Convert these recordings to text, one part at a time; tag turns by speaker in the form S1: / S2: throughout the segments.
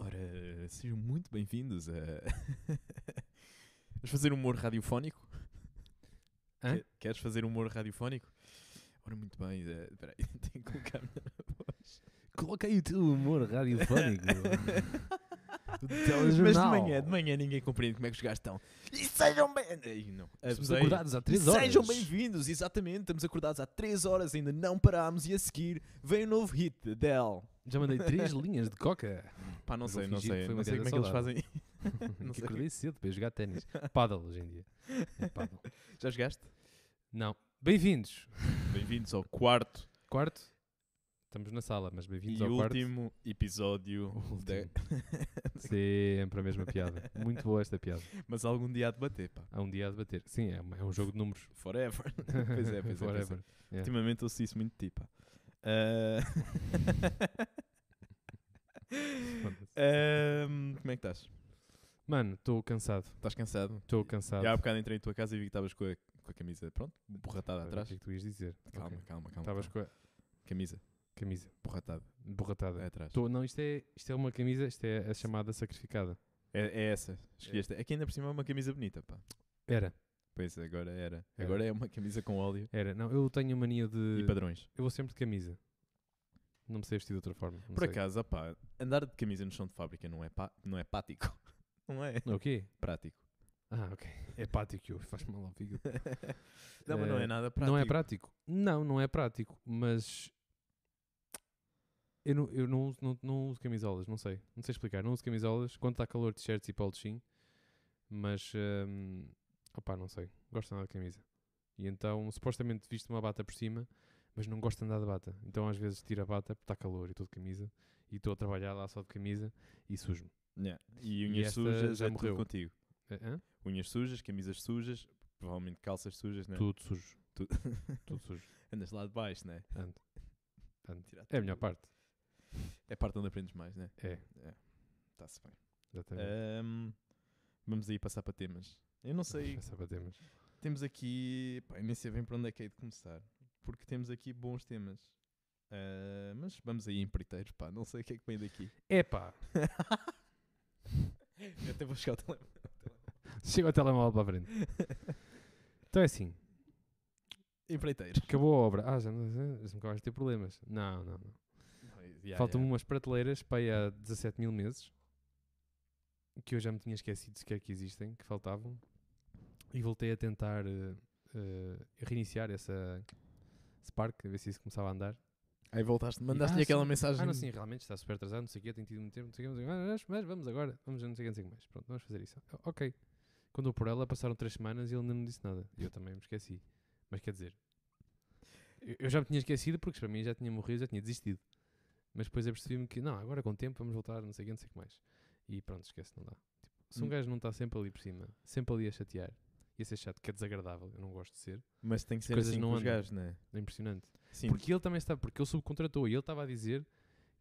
S1: Uh, sejam muito bem-vindos a. Vamos fazer humor radiofónico?
S2: Hã?
S1: Que- Queres fazer humor radiofónico? Ora, muito bem. eh, Espera aí, tenho que colocar na voz.
S2: Coloca aí o teu humor radiofónico. Do telejornal.
S1: Mas de manhã, de manhã ninguém compreende como é que os gajos estão. E sejam bem. Ei, não.
S2: Estamos
S1: abusei.
S2: acordados há 3 horas.
S1: Sejam bem-vindos, exatamente. Estamos acordados há 3 horas, ainda não parámos e a seguir vem o novo hit da Dell.
S2: Já mandei 3 linhas de coca.
S1: Pá, não
S2: Mas vou
S1: sei, não
S2: fingir que
S1: sei.
S2: foi
S1: Não
S2: uma
S1: sei como é
S2: piada
S1: que eles
S2: saudável.
S1: fazem. Não
S2: que
S1: sei.
S2: acordei cedo para ir jogar ténis. Paddle hoje em dia. É paddle.
S1: Já jogaste?
S2: Não. Bem-vindos.
S1: Bem-vindos ao quarto
S2: Quarto. Estamos na sala, mas bem-vindos
S1: e
S2: ao quarto.
S1: último episódio.
S2: Último.
S1: da-
S2: Sempre a mesma piada. Muito boa esta piada.
S1: Mas algum dia há de bater, pá.
S2: Há um dia a debater. Sim, é um, é um jogo de números.
S1: Forever. pois é, pois é, pois é.
S2: Forever. É.
S1: Ultimamente ouço isso muito de ti, pá. Ah,
S2: Foda-se.
S1: ahm, como é que estás?
S2: Mano, estou cansado.
S1: Estás cansado?
S2: Estou cansado.
S1: Já há bocado entrei em tua casa e vi que estavas com a, com a camisa, pronto, borratada
S2: Olha, O
S1: atrás.
S2: que é que tu ias dizer?
S1: Calma,
S2: Ok.
S1: calma, calma.
S2: Estavas
S1: calma.
S2: com a
S1: Camisa,
S2: camisa
S1: borratada,
S2: borratada.
S1: é atrás.
S2: Tô- não, isto é, isto é uma camisa, isto é a chamada sacrificada.
S1: É, é essa, escolheste. Aqui ainda por cima é uma camisa bonita, pá.
S2: Era,
S1: Pois agora era.
S2: Era.
S1: Agora é uma camisa com óleo
S2: era. Não, eu tenho a mania de.
S1: e padrões.
S2: Eu vou sempre de camisa. Não me sei vestir de outra forma. não
S1: Por
S2: sei.
S1: acaso, opá, andar de camisa no chão de fábrica não é, pá, não é pático. Não é
S2: É O quê?
S1: prático.
S2: Ah, ok. É prático, faz mal ao fígado.
S1: Não, mas não é
S2: Eh,
S1: nada prático.
S2: Não é prático? Não, não é prático, mas. Eu, não, eu não, uso- não, não uso camisolas, não sei. Não sei explicar. Não uso camisolas. Quando está calor, t-shirts e paulos sim. Mas. hum, opá, não sei. Gosto de andar de camisa. E então, supostamente, visto uma bata por cima, mas não gosto de andar de bata. Então, às vezes, tiro a bata porque está calor e estou de camisa. E estou a trabalhar lá só de camisa e sujo-me.
S1: Yeah. E
S2: E
S1: unhas
S2: esta
S1: sujas
S2: já
S1: é tudo
S2: morreu.
S1: contigo.
S2: Eh, hã?
S1: Unhas sujas, camisas sujas, provavelmente calças sujas, né?
S2: Tudo sujo.
S1: Tu-
S2: Tudo sujo.
S1: Andas lá de baixo, né?
S2: Ando. Ando.
S1: Tirar
S2: É a melhor parte.
S1: É a parte onde aprendes mais, né?
S2: É,
S1: Está-se Tá bem. É,
S2: exatamente.
S1: Ahm, vamos aí passar para temas. Eu não sei,
S2: Já sabe a temas.
S1: temos aqui. Pá, eu nem sei bem para onde é que hei de começar. Porque temos aqui bons temas. Ah, mas vamos aí em empreiteiros, pá, não sei o que é que vem daqui.
S2: Epá!
S1: Eu até vou chegar ao telemóvel.
S2: Chega o telemóvel para a frente. Então é assim,
S1: Empreiteiros.
S2: acabou a obra. Ah, já não, já- já nunca vais ter problemas. Não, não, não. Faltam-me umas prateleiras para aí há 17 mil meses que eu já me tinha esquecido sequer que existem, que faltavam. E voltei a tentar eh, eh, reiniciar essa Spark, a ver se isso começava a andar.
S1: Aí voltaste,
S2: Ah,
S1: mandaste-lhe aquela
S2: sim.
S1: mensagem.
S2: Ah, não, sim, realmente está super atrasado, não sei o quê, tem tido muito tempo, não sei o quê, não sei o quê, mas- mas vamos agora, vamos não sei o quê, não sei o quê mais. Pronto, vamos fazer isso. Ah, Ok. Quando eu por ela, passaram três semanas e ele não me disse nada. E eu também me esqueci. Mas quer dizer, eu- eu já me tinha esquecido porque para mim já tinha morrido, já tinha desistido. Mas depois apercebi-me que, não, agora com o tempo vamos voltar, não sei o quê, não sei o que mais. E pronto, esquece, não dá. Tipo, se um
S1: Hum.
S2: gajo não está sempre ali por cima, sempre ali a chatear, e a ser chato, que é desagradável, eu não gosto de ser,
S1: Mas tem que ser
S2: coisas
S1: assim
S2: não
S1: com os
S2: andam.
S1: gajos, né?
S2: é impressionante.
S1: Sim,
S2: Porque ele também está, porque ele subcontratou e ele estava a dizer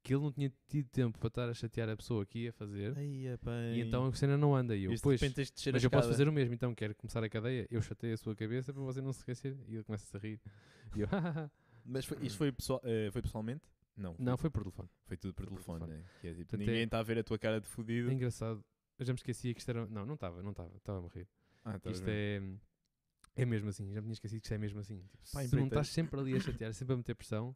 S2: que ele não tinha tido tempo para estar a chatear a pessoa que ia fazer
S1: Aí,
S2: e então a cena não anda. E eu,
S1: Viste,
S2: pois,
S1: de repente tens de descer
S2: mas
S1: a
S2: eu posso
S1: escada.
S2: fazer o mesmo, então quero começar a cadeia, eu chatei a sua cabeça para você não se esquecer. E ele começa a rir. E eu, "Ah,
S1: Mas foi, isto foi, pessoal, eh, foi pessoalmente? Não, foi,
S2: um- não, foi por telefone.
S1: foi tudo por
S2: foi por
S1: telefone.
S2: telefone.
S1: né? Que é tipo,
S2: Portanto,
S1: ninguém
S2: é-
S1: está a ver a tua cara de
S2: É
S1: fodido.
S2: engraçado, eu já me esquecia que isto era. Não, não estava, não estava, estava a morrer.
S1: Ah, tá
S2: isto
S1: bem.
S2: é. É mesmo assim, já me tinha esquecido que isto é mesmo assim. Tipo,
S1: Pá,
S2: se não
S1: empreiteiro.
S2: estás sempre ali a chatear, sempre a meter pressão,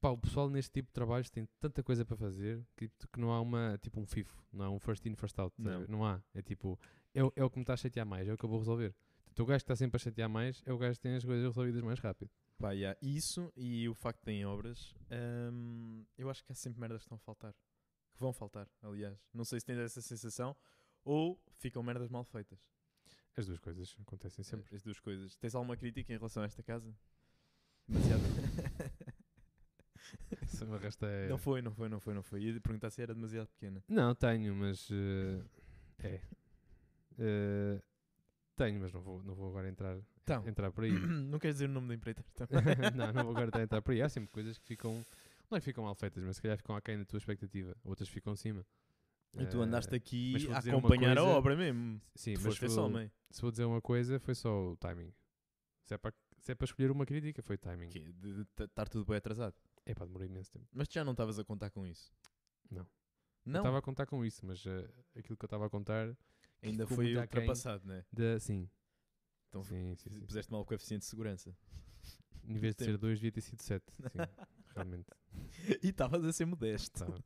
S2: pá, o pessoal neste tipo de trabalhos tem tanta coisa para fazer que, tipo, que não há uma, tipo, um FIFO, não há um first in, first out, estás a
S1: Não.
S2: ver? não há. É tipo, é, o- é o que me está a chatear mais, é o que eu vou resolver. Então, o gajo que está sempre a chatear mais é o gajo que tem as coisas resolvidas mais rápido.
S1: Pá, yeah, Isso e o facto de terem obras, hum, eu acho que há sempre merdas que estão a faltar. Que vão faltar, aliás. Não sei se tens essa sensação ou ficam merdas mal feitas.
S2: As duas coisas acontecem sempre.
S1: As duas coisas. Tens alguma crítica em relação a esta casa? Demasiado.
S2: Se me arrasta é-
S1: não foi, não foi, não foi, não foi. Ia perguntar se era demasiado pequena.
S2: Não, tenho, mas eh, é. Eh, tenho, mas não vou, não vou agora entrar,
S1: Então,
S2: entrar por aí.
S1: não queres dizer o nome da empreiteira também?
S2: não, não vou agora tentar entrar por aí. Há sempre coisas que ficam. Não é que ficam mal feitas, mas se calhar ficam aquém da tua expectativa. Outras ficam acima.
S1: E tu
S2: Eh,
S1: andaste aqui
S2: mas vou
S1: a
S2: dizer uma
S1: acompanhar a
S2: coisa-
S1: obra mesmo.
S2: Sim,
S1: Tu
S2: mas
S1: foste esse
S2: vou-
S1: homem.
S2: se vou dizer uma coisa, foi só o timing. Se é para, se é para escolher uma crítica, foi o timing.
S1: Que é de estar tudo bem atrasado.
S2: É pá, demorou imenso tempo.
S1: Mas tu já não estavas a contar com isso?
S2: Não. Eu
S1: Não,
S2: estava a contar com isso, mas eh, aquilo que eu estava a contar. que
S1: ainda
S2: ficou
S1: foi
S2: muito aquém
S1: ultrapassado, né?
S2: Da, sim.
S1: Então
S2: sim, sim, sim.
S1: puseste mal o coeficiente de segurança.
S2: Em vez de
S1: tempo.
S2: ser 2, devia ter sido 7. Sim, realmente.
S1: e estavas a ser modesto.
S2: Estava.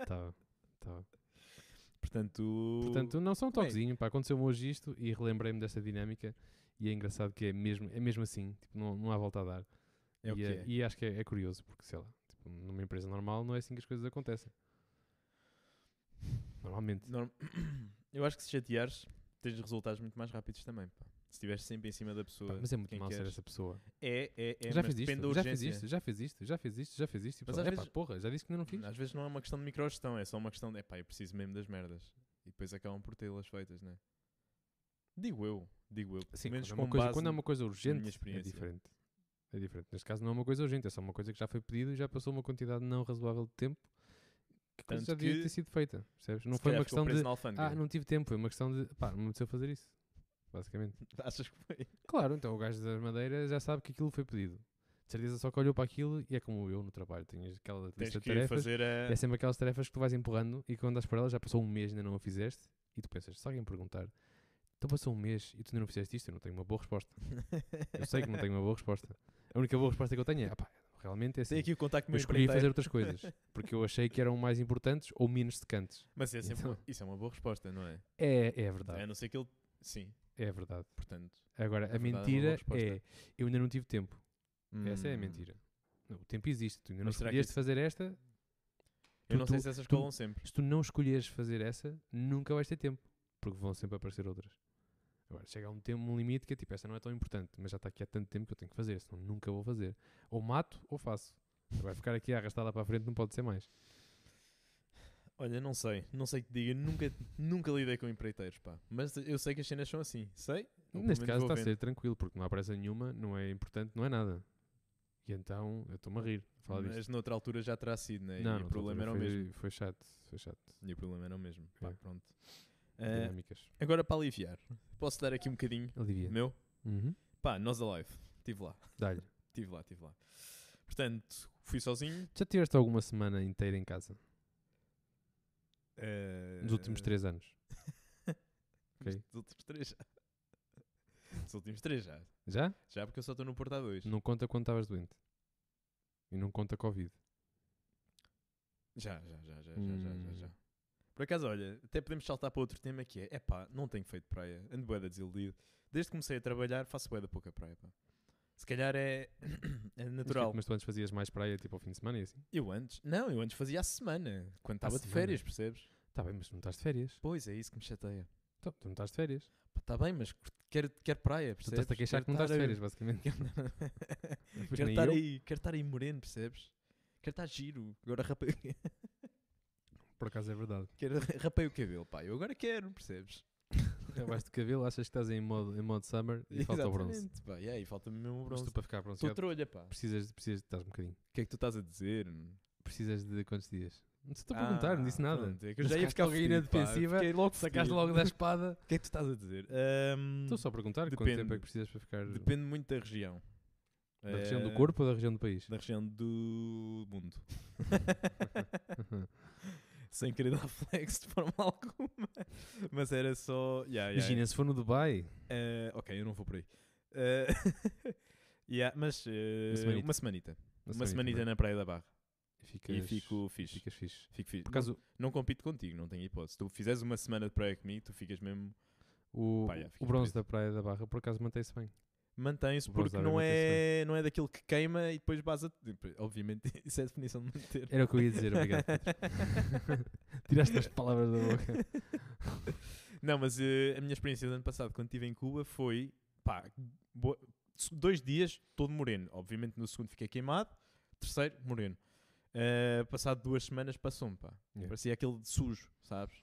S2: Estava. Estava.
S1: Portanto,
S2: Portanto, não só um
S1: Bem.
S2: toquezinho, pá, aconteceu-me hoje isto e relembrei-me desta dinâmica e é engraçado que é mesmo, é mesmo assim, tipo, não, não há volta a dar.
S1: é o
S2: e,
S1: que é.
S2: e acho que é, é curioso, porque sei lá, tipo, numa empresa normal não é assim que as coisas acontecem. Normalmente.
S1: Norm- Eu acho que se chateares, tens resultados muito mais rápidos também. pá. Se estiveres sempre em cima da pessoa.
S2: Pá, mas é muito
S1: quem
S2: mal ser
S1: queres.
S2: essa pessoa.
S1: É, é, é.
S2: já
S1: mas
S2: fiz
S1: depende
S2: isto,
S1: da
S2: já fiz
S1: urgência.
S2: isto, já fiz isto, já fiz isto, já fiz isto. E o
S1: Mas
S2: pessoal,
S1: às
S2: "Epá,
S1: vezes-
S2: porra, já disse que ainda não fiz.
S1: Às vezes não é uma questão de microgestão, é só uma questão de, epá, eu preciso mesmo das merdas. E depois acabam por tê-las feitas, né? Digo eu, digo eu. Pelo
S2: Sim,
S1: menos
S2: quando, é uma
S1: com
S2: coisa,
S1: base
S2: quando é
S1: no-
S2: uma coisa urgente, é
S1: experiência.
S2: diferente. É diferente. Neste caso não é uma coisa urgente, é só uma coisa que já foi pedida e já passou uma quantidade não razoável de tempo que a coisa
S1: Tanto
S2: já devia
S1: que-
S2: ter sido feita. Percebes? Não
S1: se
S2: foi
S1: calhar ficou
S2: uma questão
S1: preso
S2: de.
S1: na alfândega.
S2: Ah, não tive tempo, foi uma questão de. Pá, não me apeteceu fazer isso. Basicamente.
S1: Achas que foi?
S2: Claro, então o gajo das madeiras já sabe que aquilo foi pedido. De certeza só que olhou para aquilo e é como eu no trabalho. Tinhas aquela
S1: Tens
S2: lista de
S1: que ir
S2: tarefas.
S1: fazer a.
S2: É sempre aquelas tarefas que tu vais empurrando e quando andas por elas já passou um mês e ainda não a fizeste e tu pensas, se alguém perguntar, então passou um mês e tu ainda não fizeste isto, eu não tenho uma boa resposta. Eu sei que não tenho uma boa resposta. A única boa resposta que eu tenho é, "Ah pá, realmente é assim.
S1: Tem aqui o contacto
S2: eu
S1: meu
S2: escolhi fazer
S1: empreiteiro.
S2: outras coisas, porque eu achei que eram mais importantes ou menos secantes.
S1: Mas é sempre...
S2: Então-
S1: isso é uma boa resposta, não é?
S2: É, é
S1: A
S2: verdade,
S1: não ser que ele. Sim,
S2: é verdade.
S1: portanto.
S2: Agora, a
S1: verdade, é uma boa
S2: mentira
S1: resposta.
S2: é, eu ainda não tive tempo. Essa é a
S1: Hum.
S2: mentira. Não, o tempo existe, tu ainda não
S1: Mas será que
S2: escolheste
S1: isso-
S2: fazer esta,
S1: Eu
S2: Tu-
S1: não sei
S2: tu-
S1: se essas
S2: tu-
S1: colam sempre.
S2: se tu não escolheres fazer essa, nunca vais ter tempo, porque vão sempre aparecer outras. Agora, chega a um tempo, um limite que é tipo, esta não é tão importante, mas já está aqui há tanto tempo que eu tenho que fazer, senão nunca vou fazer. Ou mato ou faço. Agora, ficar aqui a arrastá-la para a frente não pode ser mais.
S1: Olha, não sei, não sei que diga, nunca, nunca lidei com empreiteiros, pá. Mas eu sei que as cenas são assim, sei? ou pelo menos
S2: Neste caso
S1: vou
S2: está a
S1: vendo.
S2: ser tranquilo, porque não há pressa nenhuma, não é importante, não é nada. E então, eu estou-me a rir a falar
S1: Mas
S2: disto.
S1: noutra altura já terá sido, né?
S2: Não,
S1: e
S2: não,
S1: o problema era o
S2: foi,
S1: mesmo.
S2: Foi chato, foi chato.
S1: E o problema era o mesmo. Pá,
S2: É.
S1: pronto. Eh,
S2: Dinâmicas.
S1: agora para aliviar, posso dar aqui um bocadinho
S2: Alivia.
S1: meu?
S2: Uhum.
S1: Pá, nós alive. Estive lá,
S2: Dá-lhe.
S1: estive lá, estive lá. Portanto, fui sozinho.
S2: Já tiveste alguma semana inteira em casa?
S1: eh,
S2: Nos últimos três anos? Ok.
S1: Nos últimos três já. Nos últimos três já.
S2: Já?
S1: Já porque eu só estou no Porto A2.
S2: Não conta quando estavas doente. E não conta Covid.
S1: Já, já, já, já, já, já, já,
S2: Hum.
S1: já. Por acaso, olha, até podemos saltar para outro tema que é, epá, não tenho feito praia, ando boeda desiludido. Desde que comecei a trabalhar, faço boeda pouca praia, pá. Se calhar é, é
S2: Mas
S1: natural.
S2: tipo, Mas tu antes fazias mais praia, tipo, ao fim de semana e assim.
S1: Eu antes, não, eu antes fazia à semana, quando
S2: À
S1: estava de
S2: semana.
S1: férias, percebes?
S2: Tá bem, mas tu não estás de férias.
S1: Pois, é isso que me chateia.
S2: Então, tu não estás de férias.
S1: Está tá bem, mas quero, quero praia,
S2: Tu
S1: percebes?
S2: estás a
S1: Quero
S2: queixar que não estás de
S1: estar a-
S2: férias, basicamente. Pois
S1: quero,
S2: nem
S1: estar
S2: eu.
S1: aí, quero estar aí moreno, percebes? Quero estar giro, agora rapei,
S2: Por acaso é verdade.
S1: quero, rapei o cabelo, pá, eu agora quero, percebes?
S2: Abaixo do cabelo, achas que estás em modo, em modo summer e falta o bronze.
S1: Exatamente, pá, e aí falta-me mesmo o
S2: Mas
S1: bronze.
S2: tu para ficar bronzeado
S1: Estou trolha, pá.
S2: precisas, precisas de estás um bocadinho.
S1: é O que é que tu estás a dizer?
S2: Precisas de quantos dias? Não te estou a perguntar, não disse nada.
S1: pronto, é que eu
S2: Mas
S1: já ia
S2: ficaste
S1: ficar
S2: logo aí na
S1: fedido, pá,
S2: defensiva,
S1: fiquei logo
S2: Sacaste
S1: fedido.
S2: logo da espada.
S1: O que é que tu estás a dizer? Ahm,
S2: Estou só a perguntar quanto
S1: Depende.
S2: tempo é que precisas para ficar
S1: Depende muito da região.
S2: da região do
S1: Eh,
S2: corpo ou da região do país?
S1: Da região do mundo. Sem querer dar flex de forma alguma. Mas era só. Yeah, yeah,
S2: Imagina, se for no Dubai,
S1: Eh, ok, eu não vou por aí. Eh, yeah, mas eh,
S2: semanita.
S1: uma semanita.
S2: na
S1: Uma semanita
S2: semana
S1: na Praia da Barra.
S2: e ficas,
S1: E fico fixe.
S2: ficas fixe.
S1: Fico fixe.
S2: Por acaso,
S1: Não, não compito contigo, não tenho hipótese. Tu fizeres uma semana de praia comigo, tu ficas mesmo
S2: o,
S1: Pá, já,
S2: o
S1: ficas
S2: bronze
S1: preso.
S2: da Praia da Barra, por acaso, mantém-se bem.
S1: Mantém-se
S2: O bronze
S1: porque
S2: da
S1: não
S2: Arena
S1: é, não é daquilo que queima e depois baza. tipo, Obviamente, isso é a definição de manter.
S2: Era o que eu ia dizer, obrigado, Pedro. Tiraste as palavras da boca.
S1: Não, mas eh, a minha experiência do ano passado, quando estive em Cuba, foi pá, boa- dois dias todo moreno. Obviamente, no segundo fiquei queimado, terceiro, moreno. Eh, passado duas semanas, passou-me, pá.
S2: Yeah.
S1: Parecia aquele de sujo, sabes?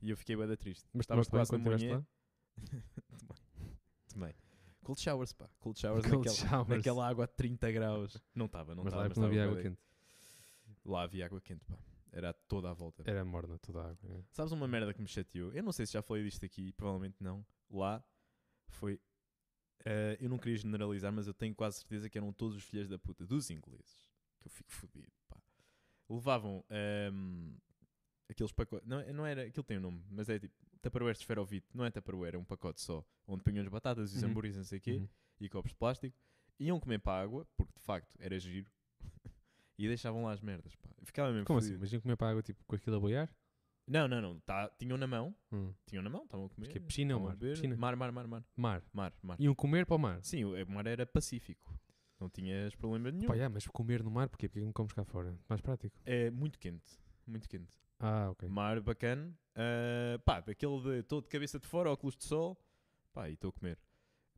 S1: E eu fiquei bem triste.
S2: Mas
S1: Estavas
S2: estavas bem
S1: quase
S2: quando
S1: na
S2: estiveste
S1: manhã,
S2: lá?
S1: Também. Cold showers, pá. Cold showers,
S2: Cold
S1: naquela,
S2: showers.
S1: naquela água a 30 graus. Não estava, não
S2: mas
S1: estava.
S2: lá é porque não
S1: estava
S2: havia
S1: bué
S2: água
S1: da-
S2: quente.
S1: Lá havia água quente, pá. Era toda à volta.
S2: Era morna toda a água. é.
S1: Sabes uma merda que me chateou? Eu não sei se já falei disto aqui, provavelmente não. Lá foi. eh, eu não queria generalizar, mas eu tenho quase certeza que eram todos os filhos da puta dos ingleses. Que eu fico fodido, pá. Levavam ehm, aqueles pacotes. Não, não era, aquilo tem um nome, mas é tipo Tupperware esferovite. Não é Tupperware, é um pacote só. Onde punham as batatas e os
S2: Uhum.
S1: hambúrgueres, não sei o quê,
S2: Uhum.
S1: e copos de plástico. Iam comer para a água, porque de facto era giro. e deixavam lá as merdas, pá. Ficava mesmo
S2: Como assim?
S1: fodido.
S2: Mas iam comer para a água tipo, com aquilo a boiar?
S1: Não, não, não. Tá, tinham na mão,
S2: Hum.
S1: tinham na mão, estavam a comer.
S2: que é piscina ou
S1: estavam a
S2: mar?
S1: beber.
S2: Piscina.
S1: Mar, mar, mar, mar.
S2: Mar.
S1: Mar, mar.
S2: Iam comer para o mar.
S1: Sim, o o mar era pacífico. Não tinhas problema nenhum.
S2: Pá, yeah, mas comer no mar, porquê? Porque não comes cá fora? Mais prático.
S1: É muito quente. Muito quente.
S2: Ah, ok.
S1: Mar bacana. Ah, pá, daquele de todo de cabeça de fora, óculos de sol. Pá, e estou a comer.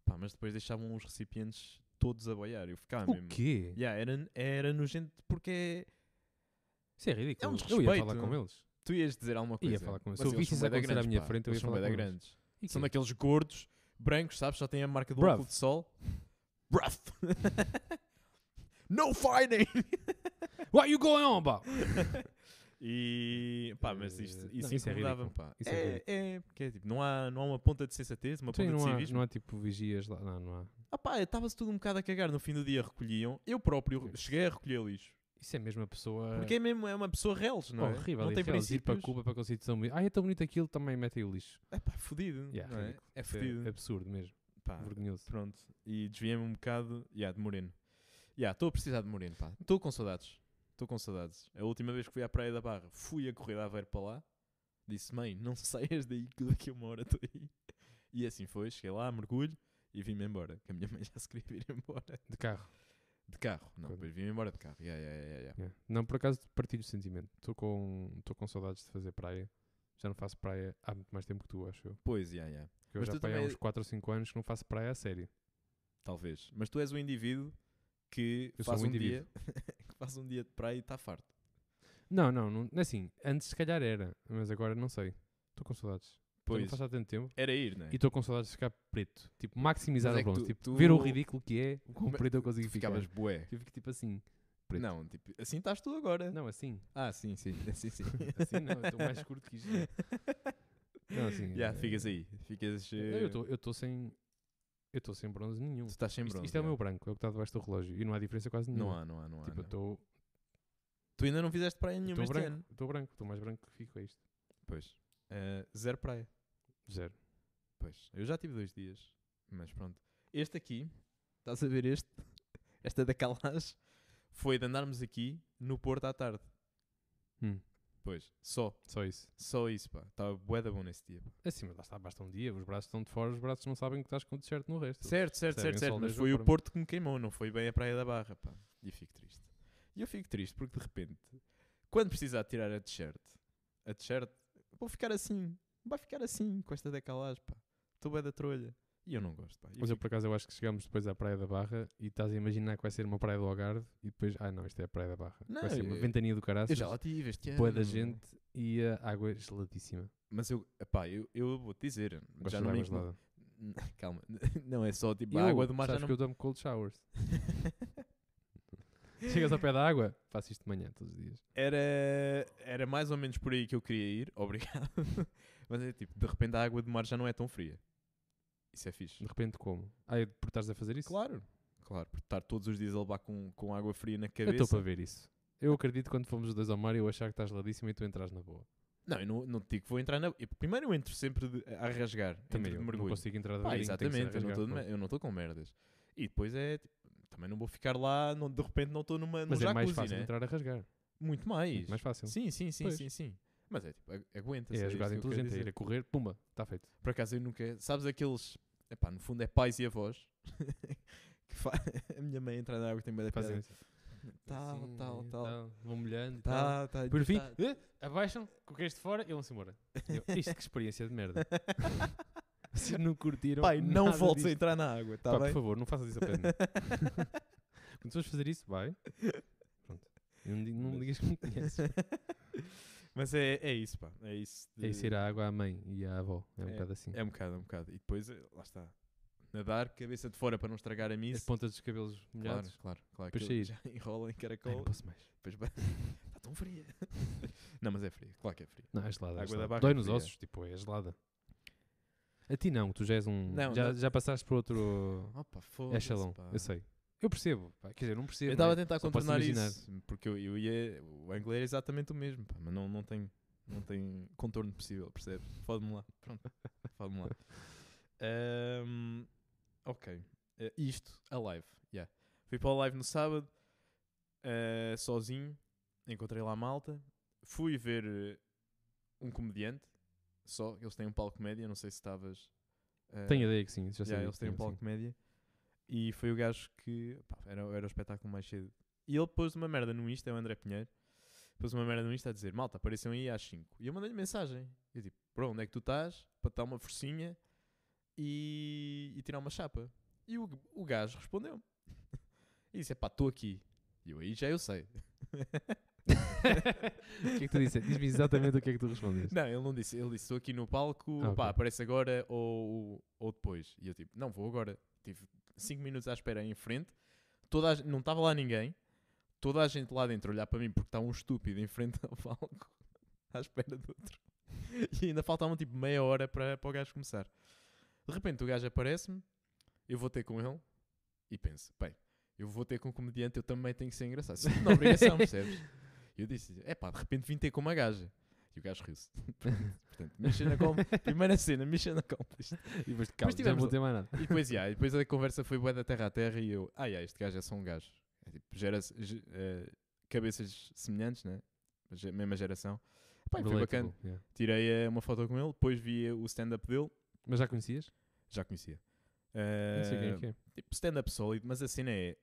S1: Pá, mas depois deixavam os recipientes todos a boiar. Eu ficava
S2: o
S1: mesmo.
S2: quê?
S1: Yeah, era, era nojento porque
S2: Isso é ridículo.
S1: É um
S2: eu ia
S1: desrespeito,
S2: falar com
S1: não?
S2: eles.
S1: tu ias dizer alguma
S2: Ia
S1: coisa.
S2: falar com eles.
S1: Mas
S2: Se eu
S1: eles são
S2: visse isso
S1: bué da
S2: acontecer à
S1: grandes,
S2: minha
S1: pá.
S2: frente, eu
S1: Eles
S2: ia
S1: são
S2: falar
S1: bué da
S2: com eles.
S1: grandes.
S2: E
S1: São
S2: quê?
S1: daqueles gordos, brancos, sabes? Já têm a marca do
S2: Bruv.
S1: óculos de sol. Bruff. no fighting!
S2: What you going on, pá?
S1: E pá, mas
S2: Eh,
S1: isto,
S2: não,
S1: isso
S2: isso é
S1: incomodava-me,
S2: ridículo.
S1: pá.
S2: Isso é
S1: é, é, porque é tipo, não há, não há uma ponta de sensatez, uma
S2: Então, e
S1: ponta de
S2: não, há,
S1: civismo.
S2: não há tipo vigias lá. Não, não há.
S1: Ah pá, estava-se tudo um bocado a cagar. No fim do dia recolhiam. Eu próprio
S2: Pois.
S1: cheguei a recolher lixo.
S2: Isso é mesmo a pessoa.
S1: Porque é mesmo é uma pessoa reles, não é?
S2: horrível.
S1: não tem
S2: irreal, ir para
S1: princípios.
S2: Cuba para conseguir tão bonito. Ah, é tão bonito aquilo, também metem o lixo.
S1: É pá, fodido.
S2: Yeah,
S1: não é?
S2: ridículo.
S1: é
S2: Isso
S1: fodido.
S2: absurdo mesmo.
S1: Pá,
S2: Vergonhoso.
S1: pronto. E desviei-me um bocado. Yeah, de moreno. Yeah, estou a precisar de moreno, pá. Estou com saudades. Estou com saudades. A última vez que fui à Praia da Barra, fui a correr a ver para lá. Disse, mãe, não saias daí que daqui a uma hora estou aí. E assim foi. Cheguei lá, mergulho e vim-me embora. Que a minha mãe já se queria vir embora.
S2: De carro.
S1: De carro. Não,
S2: Quando-
S1: depois vim-me embora de carro. Yeah, yeah, yeah, yeah.
S2: Yeah. é. Não, por acaso partilho o sentimento. Estou com, estou com saudades de fazer praia. Já não faço praia há muito mais tempo que tu, acho eu.
S1: Pois, yeah, yeah.
S2: Que eu
S1: Mas
S2: já
S1: tu
S2: pai há
S1: também-
S2: uns 4 ou 5 anos que não faço praia a sério.
S1: Talvez. Mas tu és o indivíduo que
S2: Eu sou
S1: faz
S2: um
S1: um, dia que faz um dia de praia e está farto.
S2: Não, não, não. é Assim, antes se calhar era, mas agora não sei. Estou com saudades. Já Não
S1: Pois
S2: faço há tanto tempo.
S1: era ir, não é?
S2: Então E estou com saudades de ficar preto. Tipo, maximizar
S1: Mas é
S2: o
S1: que
S2: bronze.
S1: tu-
S2: tipo,
S1: tu-
S2: ver o ridículo que é, o quão
S1: Mas
S2: preto eu consigo
S1: tu
S2: ficar.
S1: ficavas bué.
S2: Eu fico tipo assim. preto.
S1: Não, tipo, assim estás tu agora.
S2: Não, assim.
S1: Ah, sim, sim. Sim, sim.
S2: Assim não, eu estou mais escuro que isto. Não, assim.
S1: Já,
S2: eh,
S1: né? ficas aí. Ficas.
S2: não,
S1: eh,
S2: Eu estou- eu estou sem. Eu estou sem bronze nenhum.
S1: Tu estás sem
S2: Isto,
S1: bronze.
S2: isto é o
S1: já.
S2: meu branco, é o que está debaixo do relógio. E não há diferença quase
S1: Não
S2: nenhuma.
S1: há, não há, não há.
S2: Tipo, eu
S1: não.
S2: estou
S1: Tu ainda não fizeste praia nenhuma este ano.
S2: branco, estou branco, estou mais branco que fico, é isto.
S1: Pois. Eh, zero praia.
S2: Zero.
S1: Pois. Eu já tive dois dias. Mas pronto. Este aqui, estás a ver este? Esta da Calage foi de andarmos aqui no Porto à tarde.
S2: Hum,
S1: Pois. Só.
S2: só isso.
S1: Só isso, pá. Estava bué da bom nesse dia. pá.
S2: Assim, mas lá está, basta um dia, os braços estão de fora, os braços não sabem que estás com o t-shirt no resto.
S1: Certo, certo,
S2: percebem,
S1: certo, certo.
S2: só
S1: Mas
S2: Deus
S1: foi
S2: o
S1: o
S2: permite.
S1: Porto que me queimou, não foi bem a Praia da Barra, pá. E fico triste. E eu fico triste porque de repente, quando precisar de tirar a t-shirt, a t-shirt, vou ficar assim. Vai ficar assim, com esta decalagem, pá. Estou bué da trolha. E eu não gosto, pá. E
S2: Mas eu,
S1: fico-
S2: por acaso, eu acho que chegamos depois à Praia da Barra e estás a imaginar que vai ser uma praia do Algarve e depois, ah não, isto é a Praia da Barra.
S1: Não,
S2: vai ser uma
S1: eu-
S2: ventania do
S1: Eu
S2: caraças,
S1: já lá é? tive este ano.
S2: boa da gente e a água é geladíssima. é
S1: Mas eu, pá, eu, eu vou-te dizer.
S2: Gosto
S1: já
S2: de
S1: não me
S2: água
S1: incomoda.
S2: gelada.
S1: Calma. Não é só tipo a
S2: Eu,
S1: água do mar já
S2: sabes
S1: não
S2: que eu tomo cold showers. Chegas ao pé da água, faço isto de manhã todos os dias.
S1: Era, era mais ou menos por aí que eu queria ir, obrigado. Mas é tipo, de repente a água do mar já não é tão fria. Isso é fixe.
S2: De repente como? Ah, é por estares a fazer isso?
S1: Claro, claro, por estar todos os dias a levar com, com água fria na
S2: Eu estou
S1: cabeça.
S2: para ver isso. Eu acredito que quando fomos os dois ao mar eu achar que estás geladíssima e tu entras na boa.
S1: Não, eu não, não te digo que vou entrar na. eu- primeiro eu entro sempre de- a rasgar, entro
S2: Também eu
S1: de
S2: não
S1: mergulho.
S2: consigo entrar de
S1: Pá,
S2: beirinho, tenho que
S1: Ah,
S2: ser
S1: exatamente, eu não
S2: rasgar,
S1: estou de
S2: pronto.
S1: me- eu não estou com merdas. E depois é tipo, também não vou ficar lá, não- de repente não estou numa num
S2: Mas é mais
S1: jacuzzi,
S2: fácil
S1: né?
S2: entrar a rasgar.
S1: Muito mais.
S2: Muito mais fácil.
S1: Sim, sim, sim,
S2: Pois.
S1: sim, sim. Mas é tipo, a- aguenta-se.
S2: é
S1: é
S2: a
S1: isso
S2: jogada
S1: que eu quero
S2: inteligente, é
S1: dizer.
S2: ir a correr, pumba, está feito.
S1: Por acaso eu nunca. Sabes aqueles. Epá, no fundo é pais e avós. que fa... A minha mãe entra na água e tem medo da piada.
S2: Fazem isso.
S1: é Tal,
S2: Assim,
S1: tal,
S2: e
S1: tal.
S2: Vão molhando e tal.
S1: Tá, tá,
S2: Por fim,
S1: tá.
S2: eh, abaixam, coqueiros de fora e vão-se embora. Eu, Isto que experiência de merda. Vocês não curtiram
S1: Pai, não
S2: nada
S1: voltes a
S2: disto.
S1: entrar na água, está
S2: Pá,
S1: bem?
S2: por favor, não faças isso a pé de mim. Quando fores fazer isso, vai. Pronto. Eu Não, digo- não me digas que me conheces.
S1: Mas é, é isso, pá. É isso. de-
S2: É isso ir à água à mãe e à avó. É um
S1: É,
S2: bocado assim.
S1: É um bocado, é um bocado. E depois, eh, lá está. Nadar, cabeça de fora para não estragar a
S2: As
S1: missa.
S2: pontas dos cabelos
S1: Claro,
S2: molhados.
S1: claro, claro.
S2: Depois
S1: aquilo
S2: sair.
S1: Já enrola em
S2: Ai, não
S1: caracol.
S2: posso mais.
S1: Depois vai. Está tão fria. não, mas é fria, claro que é fria.
S2: Não, é gelada.
S1: A
S2: é
S1: água da
S2: gelada.
S1: barra
S2: Dói
S1: é
S2: nos
S1: fria.
S2: ossos, tipo, é gelada. A ti não, tu já és um.
S1: Não,
S2: já,
S1: não.
S2: já passaste por outro.
S1: Opa, foda-se.
S2: Echelon,
S1: pá.
S2: É eu sei. Eu percebo, pá. quer dizer, não percebo.
S1: Eu estava a
S2: né?
S1: tentar
S2: Só posso
S1: contornar
S2: imaginar.
S1: é isso, porque eu, eu ia. O ângulo era exatamente o mesmo, pá, mas não, não tenho. Não tem contorno possível, percebes? Fode-me lá. Pronto. Fode-me lá. Ahm, ok. Eh, isto, a live. Yeah. Fui para a live no sábado, eh, sozinho. Encontrei lá a malta. Fui ver eh, um comediante. Só, eles têm um palco comédia. Não sei se estavas. eh,
S2: Tenho ideia que sim, já sei.
S1: Yeah, eles têm um palco comédia. E foi o gajo que pá, era, era o espetáculo mais cedo. E ele pôs uma merda no Insta, é o André Pinheiro. Pôs uma merda no Insta a dizer: Malta, apareceu aí às 5. E eu mandei-lhe mensagem. Eu tipo: Bro, onde é que tu estás? Para te dar uma forcinha e, e tirar uma chapa. E o, o gajo respondeu-me. E disse: Pá, estou aqui. E eu aí já eu sei.
S2: O que é que tu disseste? Diz-me exatamente o que é que tu respondeste.
S1: Não, ele não disse. Ele disse: Estou aqui no palco,
S2: Ah,
S1: pá,
S2: ok.
S1: aparece agora ou, ou depois. E eu tipo: Não, vou agora. Tive 5 minutos à espera em frente. Toda a gen- não estava lá ninguém. Toda a gente lá dentro a olhar para mim porque está um estúpido em frente ao palco à espera do outro. E ainda faltavam tipo meia hora para, para o gajo começar. De repente o gajo aparece-me, eu vou ter com ele e penso: Bem, eu vou ter com um comediante, eu também tenho que ser engraçado. Sinto na obrigação, percebes? E eu disse: É pá, de repente vim ter com uma gaja. E o gajo riu-se. Portanto, mexer na compra. Primeira cena, mexer na compra.
S2: E depois de calma, já não
S1: tivemos
S2: vou
S1: lá-
S2: ter mais nada.
S1: E depois, yeah, e depois a conversa foi bué da terra a terra e eu, ai, ai, este gajo é só um gajo. É tipo, gera ge- eh, cabeças semelhantes, né? Ge- mesma geração. Pá, e foi
S2: Relatable,
S1: bacana.
S2: yeah.
S1: Tirei eh, uma foto com ele, depois vi eh, o stand-up dele,
S2: Mas já conhecias?
S1: já conhecia.
S2: Não sei quem
S1: Eh,
S2: é que é.
S1: tipo, stand-up sólido, mas a cena é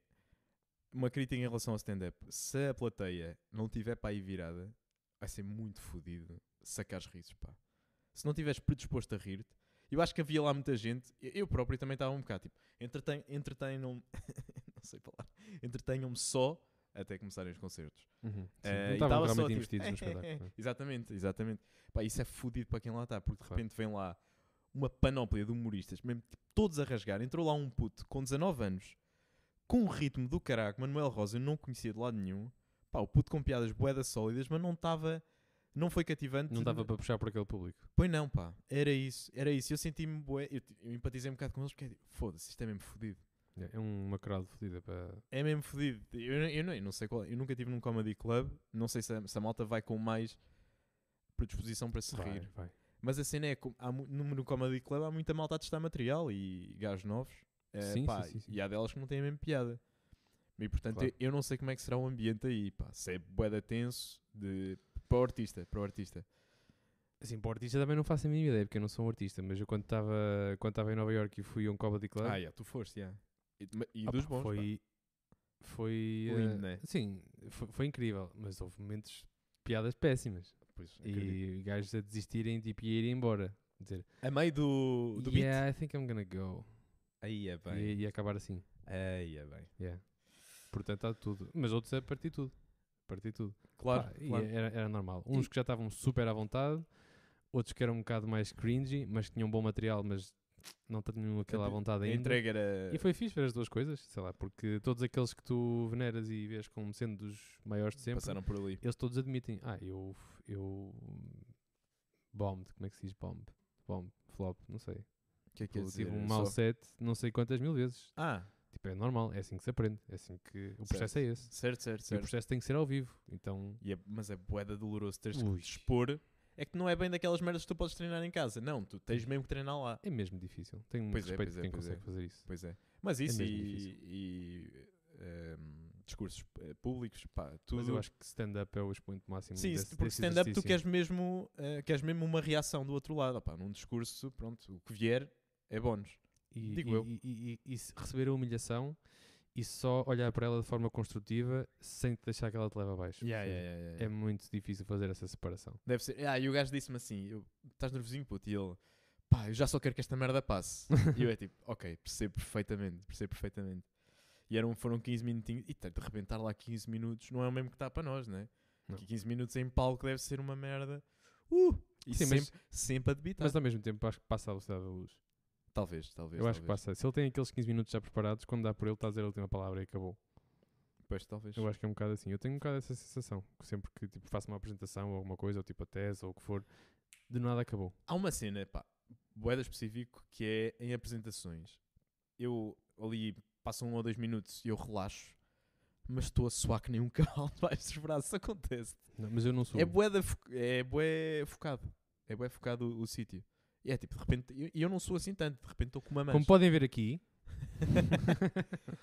S1: uma crítica em relação ao stand-up. Se a plateia não tiver para aí virada, vai ser muito fodido sacares risos, pá. Se não estiveres predisposto a rir-te, eu acho que havia lá muita gente, e- eu próprio também estava um bocado tipo, entreten- entretenham-me, não sei falar, entretenham-me só até começarem os concertos.
S2: Uhum. Sim,
S1: Eh,
S2: não
S1: e
S2: estavam
S1: tava só,
S2: realmente
S1: tipo,
S2: investidos no espetáculo. não é?
S1: Exatamente, exatamente. Pá, isso é fodido para quem lá está, porque de
S2: Claro.
S1: repente vem lá uma panóplia de humoristas, mesmo tipo, todos a rasgar. Entrou lá um puto com 19 anos, com um ritmo do caraco. Manuel Rosa, eu não conhecia de lado nenhum. Pá, o puto com piadas boedas sólidas, mas não estava. Não foi cativante.
S2: Não dava para puxar por aquele público.
S1: Pois não, pá. Era isso, era isso. Eu senti-me bué. Eu, eu empatizei um bocado com eles, porque é tipo, foda-se, isto é mesmo fodido.
S2: É uma crowd fodida para.
S1: É mesmo fodido. Eu, não- eu, não- eu não sei qual. Eu nunca estive num comedy club. Não sei se a, se a malta vai com mais predisposição para se
S2: Vai,
S1: rir.
S2: vai.
S1: Mas a cena é que há, mu- no, no Comedy Club há muita malta a testar material e gajos novos. Eh,
S2: Sim,
S1: pá,
S2: sim, sim, sim.
S1: E há delas que não têm a mesma piada. E portanto
S2: Claro.
S1: eu, eu não sei como é que será o ambiente aí. Pá. Se é boeda tenso de, para o artista. Para o artista.
S2: Assim, para o artista também não faço a mínima ideia, porque eu não sou um artista, mas eu quando estava quando tava em Nova Iorque e fui a um comedy club...
S1: Ah, yeah, tu foste, yeah. E, ma- e
S2: ah,
S1: dos
S2: pá,
S1: bons. pá.
S2: Foi... Foi... eh,
S1: Lindo, né?
S2: Sim, foi, foi incrível, mas houve momentos de piadas péssimas.
S1: Pois, acredito.
S2: E gajos a desistirem tipo, e a irem embora. Dizer,
S1: A meio do, do beat.
S2: yeah, I think I'm gonna go.
S1: Aí é bem.
S2: E, e acabar assim,
S1: Aí é bem.
S2: yeah. Portanto, há de tudo. Mas outros é partir tudo. Partir tudo.
S1: Claro,
S2: Pá, e
S1: claro.
S2: Era, era normal. Uns que já estavam super à vontade, outros que eram um bocado mais cringy, mas que tinham bom material, mas não tinham aquela à vontade
S1: A
S2: ainda.
S1: entrega era.
S2: é- E foi fixe ver as duas coisas, sei lá, porque todos aqueles que tu veneras e vês como sendo dos maiores de sempre,
S1: passaram por ali.
S2: eles todos admitem. Ah, eu. eu bombed, como é que se diz bomb? Bomb, flop, não sei.
S1: O que é que
S2: Eu
S1: quer dizer?
S2: tive um
S1: É
S2: mau
S1: só-
S2: set não sei quantas mil vezes.
S1: Ah,
S2: Tipo, é normal, é assim que se aprende, é assim que. O processo é esse.
S1: certo, certo,
S2: E o
S1: certo.
S2: processo tem que ser ao vivo, então.
S1: E é- mas é boeda doloroso teres
S2: Ui.
S1: que te expor. É que não é bem daquelas merdas que tu podes treinar em casa. Não, tu tens mesmo que treinar lá.
S2: É mesmo difícil. Tenho muito
S1: Pois é,
S2: respeito
S1: pois
S2: de
S1: é,
S2: quem
S1: pois
S2: consegue
S1: é.
S2: fazer isso.
S1: Pois é. Mas isso
S2: mesmo difícil.
S1: e, e, ehm, discursos eh, públicos, pá, tudo.
S2: Mas eu acho que stand-up é o expoente máximo
S1: Sim,
S2: desse,
S1: se- porque
S2: desse
S1: stand-up tu
S2: exercício.
S1: queres mesmo, eh, queres mesmo uma reação do outro lado. Opá, num discurso, pronto, o que vier é bónus.
S2: E,
S1: digo
S2: e-
S1: eu.
S2: E, e- e- e se receber a humilhação e só olhar para ela de forma construtiva sem te deixar que ela te leve abaixo.
S1: Yeah,
S2: percebes?
S1: yeah, yeah, yeah.
S2: É muito difícil fazer essa separação.
S1: Deve ser. Ah, e o gajo disse-me assim: eu, estás nervosinho, puto? E ele, pá, eu já só quero que esta merda passe. e eu é tipo, ok, percebo perfeitamente, percebo perfeitamente. E eram, foram 15 minutinhos, e tá, de repente estar lá 15 minutos não é o mesmo que está para nós, né?
S2: Não.
S1: Que 15 minutos em palco deve ser uma merda. Uh! E
S2: Sim,
S1: sempre,
S2: mas-
S1: sempre a debitar.
S2: Mas ao mesmo tempo acho que passa a velocidade da luz.
S1: Talvez, talvez.
S2: eu acho que
S1: talvez.
S2: passa. Se ele tem aqueles 15 minutos já preparados, quando dá por ele, está a dizer a última palavra e acabou.
S1: Pois, talvez.
S2: Eu acho que é um bocado assim. Eu tenho um bocado essa sensação. que Sempre que tipo, faço uma apresentação ou alguma coisa, ou tipo a tese ou o que for, de nada acabou.
S1: Há uma cena, pá, boeda específico, que é em apresentações. Eu ali passo um ou dois minutos e eu relaxo. mas estou a suar que nem um cavalo debaixo dos braços, isso acontece.
S2: Não, mas eu não sou.
S1: É bué, da fo- é bué focado. É bué focado o, o sítio. E é tipo, de repente, e eu, e eu não sou assim tanto, de repente estou com uma mancha.
S2: Como podem ver aqui,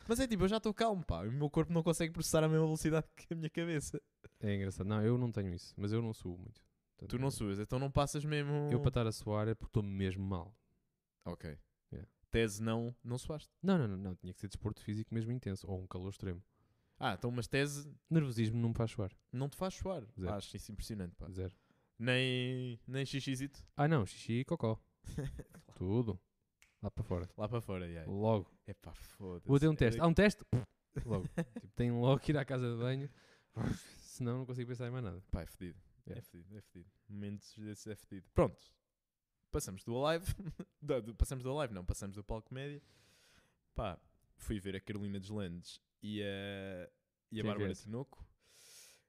S1: Mas é tipo, eu já estou calmo, pá. O meu corpo não consegue processar a mesma velocidade que a minha cabeça.
S2: é engraçado. Não, eu não tenho isso, mas eu não suo muito.
S1: Tu
S2: Portanto,
S1: não suas, então não passas mesmo.
S2: Eu para estar a suar é porque estou mesmo mal.
S1: Ok.
S2: Yeah.
S1: Tese não, não suaste.
S2: Não, não, não, não, tinha que ser desporto físico mesmo intenso ou um calor extremo.
S1: Ah, então, mas tese
S2: Nervosismo não me faz suar,
S1: não te faz suar. Ah,
S2: Zero.
S1: Acho isso impressionante, pá.
S2: zero.
S1: Nem, nem xixizito.
S2: Ah, não, xixi e cocó. Tudo. Lá para fora.
S1: Lá para fora, yeah.
S2: Logo.
S1: é pá, foda-se.
S2: Vou ter um
S1: É
S2: teste.
S1: da-
S2: Há um teste? Logo. tipo, tenho logo que ir à casa de banho. Senão não consigo pensar em mais nada.
S1: Pá, é fedido. É
S2: Yeah.
S1: fedido, é fedido. Momentos desses é fedido. Pronto. Passamos do Alive. do, do- passamos do Alive, não. Passamos do Palco Média. Pá, fui ver a Carolina Deslandes e a, e a
S2: Quem é que é
S1: Bárbara
S2: essa?
S1: Tinoco.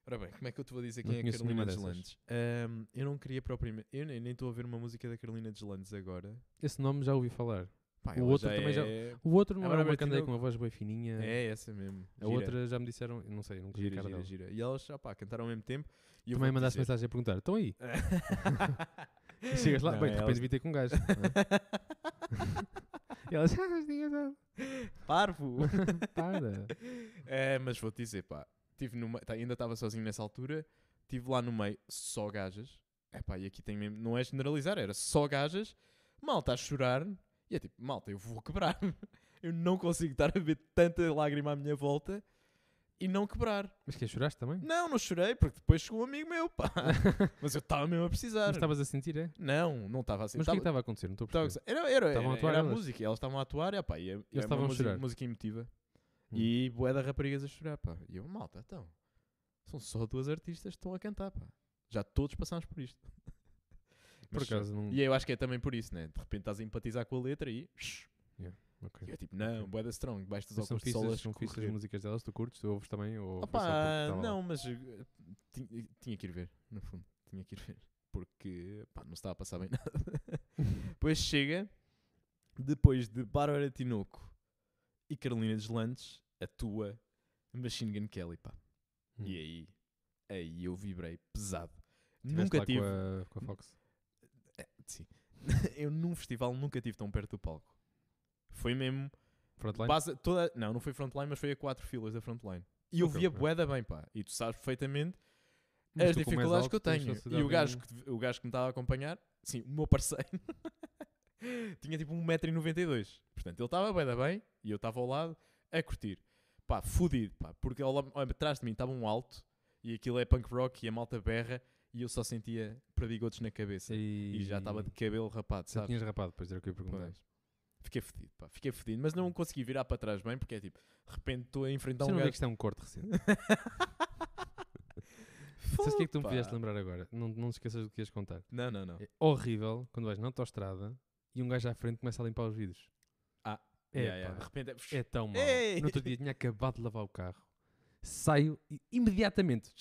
S1: Ora bem, como é que eu te vou dizer
S2: Não
S1: quem é a
S2: conheço
S1: Carolina
S2: nenhuma dessas.
S1: Deslandes? Ahm, eu não queria propriamente... Eu nem nem estou a ver uma música da Carolina Deslandes agora.
S2: Esse nome já ouvi falar.
S1: Pá,
S2: O
S1: ela
S2: outro
S1: já
S2: também já-
S1: é...
S2: O outro não
S1: A
S2: era
S1: Bárbara
S2: uma que andei
S1: Tinoco.
S2: com uma voz bem fininha.
S1: É essa mesmo.
S2: A
S1: Gira.
S2: outra já me disseram, não sei, não conheço
S1: Gira,
S2: a cara
S1: gira,
S2: dela.
S1: gira. E elas, ah pá, cantaram ao mesmo tempo. E eu
S2: Também
S1: vou-te
S2: mandaste
S1: dizer-
S2: mensagem a perguntar, estão aí? E chegas lá,
S1: Não,
S2: bem, de
S1: elas-
S2: repente vi ter com um gajo. não é? e elas, ah, mas diga já.
S1: Parvo!
S2: Para.
S1: É, mas vou-te dizer, pá, tive no meio- tá, ainda estava sozinho nessa altura, estive lá no meio, só gajas. É pá, e aqui tem mesmo, não é generalizar, era só gajas, malta a chorar, e é tipo, malta, eu vou quebrar. Eu não consigo estar a ver tanta lágrima à minha volta e não quebrar.
S2: Mas que é, choraste também?
S1: Não, não chorei, porque depois chegou um amigo meu, pá. Mas eu estava mesmo a precisar.
S2: Mas estavas a sentir, é?
S1: Não, não estava assim.
S2: Mas o que é que
S1: tava-
S2: estava a acontecer? Não estou a
S1: Tava-
S2: perceber.
S1: Era, era,
S2: Estavam a
S1: era,
S2: atuar
S1: era a
S2: elas?
S1: música, elas estavam a atuar, e, pá, e, é- e é
S2: estavam
S1: uma
S2: a
S1: música,
S2: chorar.
S1: música emotiva.
S2: Hum.
S1: E bué da raparigas a chorar, pá. E eu, malta, então, são só duas artistas que estão a cantar, pá. Já todos passámos por isto.
S2: Por
S1: Mas-
S2: acaso, não.
S1: E eu acho que é também por isso, né? De repente estás a empatizar com a letra e...
S2: Ok.
S1: E eu tipo, não, bué da strong, baixo dos
S2: Mas São
S1: óculos de sol
S2: fixas,
S1: a
S2: são fixas as
S1: escorrer.
S2: músicas delas, tu curtes, tu ouves também? Ou
S1: Ah
S2: foi só
S1: pá,
S2: porque estava lá?
S1: não, mas eh, ti- tinha que ir ver, no fundo. Tinha que ir ver. Porque pá, não estava a passar bem nada. Depois chega, depois de Bárbara Tinoco e Carolina Deslandes, a tua Machine Gun Kelly, pá.
S2: Hum.
S1: E aí, aí eu vibrei pesado.
S2: Estiveste
S1: nunca
S2: lá
S1: tive.
S2: Com a, com a Fox.
S1: Sim. eu num festival nunca tive tão perto do palco. Foi mesmo.
S2: Frontline?
S1: Base, toda, não, não foi frontline, mas foi a quatro filas da frontline. E eu
S2: Ok,
S1: via
S2: ok.
S1: boeda bem, pá. E tu sabes perfeitamente
S2: Mas
S1: as
S2: tu, como és
S1: dificuldades É que eu
S2: alto, tens
S1: tenho.
S2: facilidade
S1: E o gajo,
S2: em-
S1: que, o gajo que me estava a acompanhar, sim, o meu parceiro, tinha tipo 1,92m. Portanto, ele estava bem, bem e eu estava ao lado a curtir. Pá, fudido, pá, porque ao la- atrás de mim estava um alto e aquilo é punk rock e a malta berra e eu só sentia perdigotes na cabeça.
S2: E,
S1: E já estava de cabelo rapado,
S2: Já
S1: sabes?
S2: tinhas rapado, depois era o que eu ia perguntar.
S1: Pois. Fiquei fedido, pá. Fiquei fedido, mas não consegui virar para trás bem, porque é tipo, de repente estou a enfrentar
S2: Então, Você
S1: um
S2: não vê que
S1: gajo.
S2: isto é um corte recente? Sabes o que é que tu me
S1: Fogo,
S2: fizeste
S1: pá.
S2: lembrar agora? Não, não te esqueças do que ias contar.
S1: Não, não, não.
S2: É horrível quando vais na autostrada e um gajo à frente começa a limpar os vidros.
S1: Ah,
S2: é,
S1: Yeah, yeah,
S2: pá,
S1: De repente é.
S2: é tão mau.
S1: Ei!
S2: No outro dia tinha acabado de lavar o carro. Saio e imediatamente.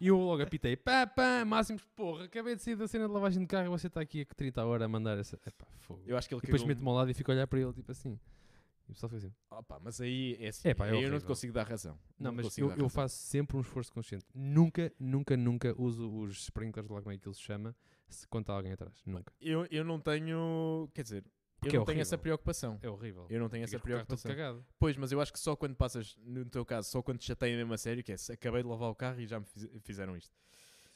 S2: e eu logo apitei. Pá, pá, máximos, porra, acabei de sair da cena de lavagem de carro e você está aqui a 30 horas a mandar essa. Epá, fogo.
S1: Eu acho que ele
S2: E depois
S1: cagou-me.
S2: meto-me ao lado e fico a olhar para ele, tipo assim. E o pessoal fica assim.
S1: Ah, pá, mas aí é assim.
S2: É, pá, é
S1: aí eu não te
S2: horrível.
S1: consigo dar razão.
S2: Não,
S1: te
S2: mas
S1: consigo
S2: eu,
S1: dar
S2: eu
S1: razão.
S2: faço sempre um esforço consciente. Nunca, nunca, nunca uso os sprinklers, lá como é que ele se chama, se conta alguém atrás. Nunca.
S1: Eu, eu não tenho. Quer dizer,
S2: Porque
S1: eu
S2: é
S1: não tenho essa
S2: horrível.
S1: preocupação.
S2: É horrível.
S1: Eu não tenho essa
S2: Ficas com o carro todo
S1: preocupação.
S2: cagado.
S1: Pois, mas eu acho que só quando passas, no teu caso, só quando te chateiam mesmo a sério, que é se acabei de lavar o carro e já me fiz- fizeram isto.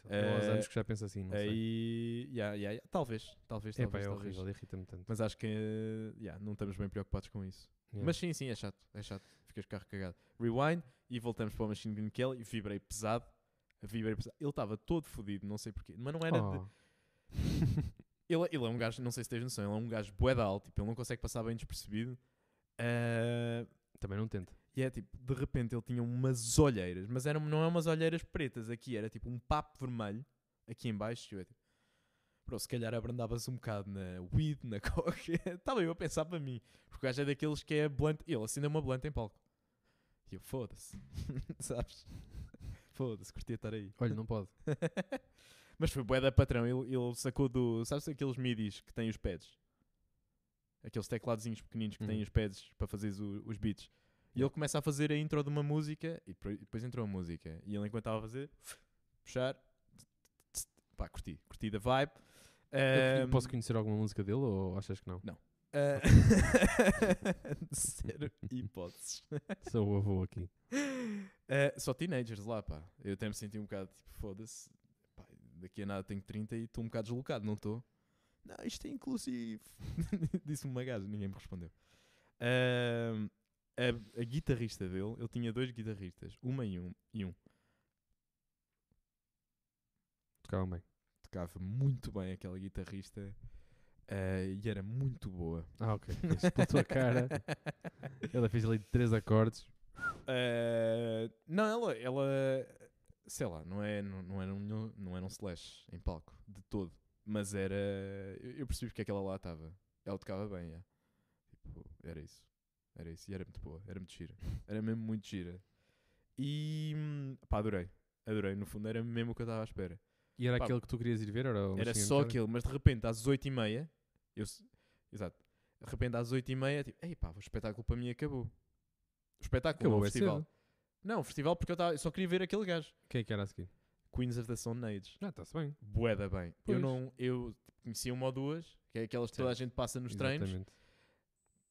S2: Há uns
S1: Eh,
S2: anos que já penso assim, não sei.
S1: Aí. Yeah, yeah, yeah. Talvez, talvez,
S2: É pá,
S1: talvez.
S2: é
S1: talvez.
S2: horrível, irrita-me tanto.
S1: Mas acho que eh, yeah, não estamos bem preocupados com isso.
S2: Yeah.
S1: Mas sim, sim, é chato, é chato. Ficas com o carro cagado. Rewind e voltamos para o Machine Gun Kelly e vibrei pesado. Vibrei pesado. Ele estava todo fodido, não sei porquê. Mas não era de...
S2: Oh.
S1: ele, ele é um gajo, não sei se tens noção, ele é um gajo bué de alto, tipo, ele não consegue passar bem despercebido. Ah,
S2: Também não tento.
S1: e é tipo, de repente ele tinha umas olheiras, mas eram, não é umas olheiras pretas aqui, era tipo um papo vermelho aqui em baixo. e eu é tipo, bro, se calhar abrandava-se um bocado na weed, na coca. Estava eu a pensar para mim, porque o gajo é daqueles que é blunt, ele acendeu uma blunt em palco. E eu, foda-se, sabes? Foda-se, curtia estar aí.
S2: Olha, não pode.
S1: Mas foi bué da patrão, ele, ele sacou do... Sabes aqueles midis que têm os pads? Aqueles tecladozinhos pequeninos que têm
S2: Uhum.
S1: os pads para fazeres o- os beats. E ele começa a fazer a intro de uma música e pro- e depois entrou a música. E ele, enquanto estava a fazer, puxar. Pá, curti. Curti da vibe.
S2: Eu- eu
S1: Ahm,
S2: Posso conhecer alguma música dele ou achas que não?
S1: ah, Zero hipóteses.
S2: Sou o avô aqui.
S1: Ah, só teenagers lá, pá. Eu até me senti um bocado tipo, foda-se. Pá, Daqui a nada tenho 30 e estou um bocado deslocado, não estou? Não, isto é inclusivo. Disse-me uma gaja, ninguém me respondeu. Ahm, a, a guitarrista dele, ele tinha dois guitarristas, uma e um. E um.
S2: Tocavam um bem.
S1: Tocava muito bem aquela guitarrista ah, e era muito boa.
S2: Ah, ok. Pois, Pela tua cara. Ela fez ali três acordes.
S1: Eh, não, ela, ela, sei lá, não, é, não, não, era um, não era um slash em palco, de todo. Mas era. Eu, eu percebi porque é que ela lá estava. Ela tocava bem, yeah. Tipo, era isso. Era isso. E era muito boa, era muito gira. Era mesmo muito gira. E. hum, pá, adorei. Adorei. No fundo, era mesmo o que eu estava à espera.
S2: E era
S1: Pá,
S2: aquele que tu querias ir ver? Era, o
S1: Era
S2: Machine Gun
S1: só
S2: Kelly?
S1: aquilo, mas de repente às 8h30, eu, se- exato, de repente às 8h30, tipo, ei pá, o espetáculo para mim acabou. O espetáculo, não,
S2: Acabou
S1: o
S2: bem
S1: festival.
S2: cedo.
S1: Não, o festival porque eu, tava, eu só queria ver aquele gajo.
S2: Quem é que era a seguir?
S1: Queens of the Stone Age.
S2: Ah, está-se bem.
S1: Boeda bem.
S2: Pois.
S1: Eu não, eu conheci uma ou duas, que é aquelas que toda a gente passa nos treinos.
S2: Exatamente.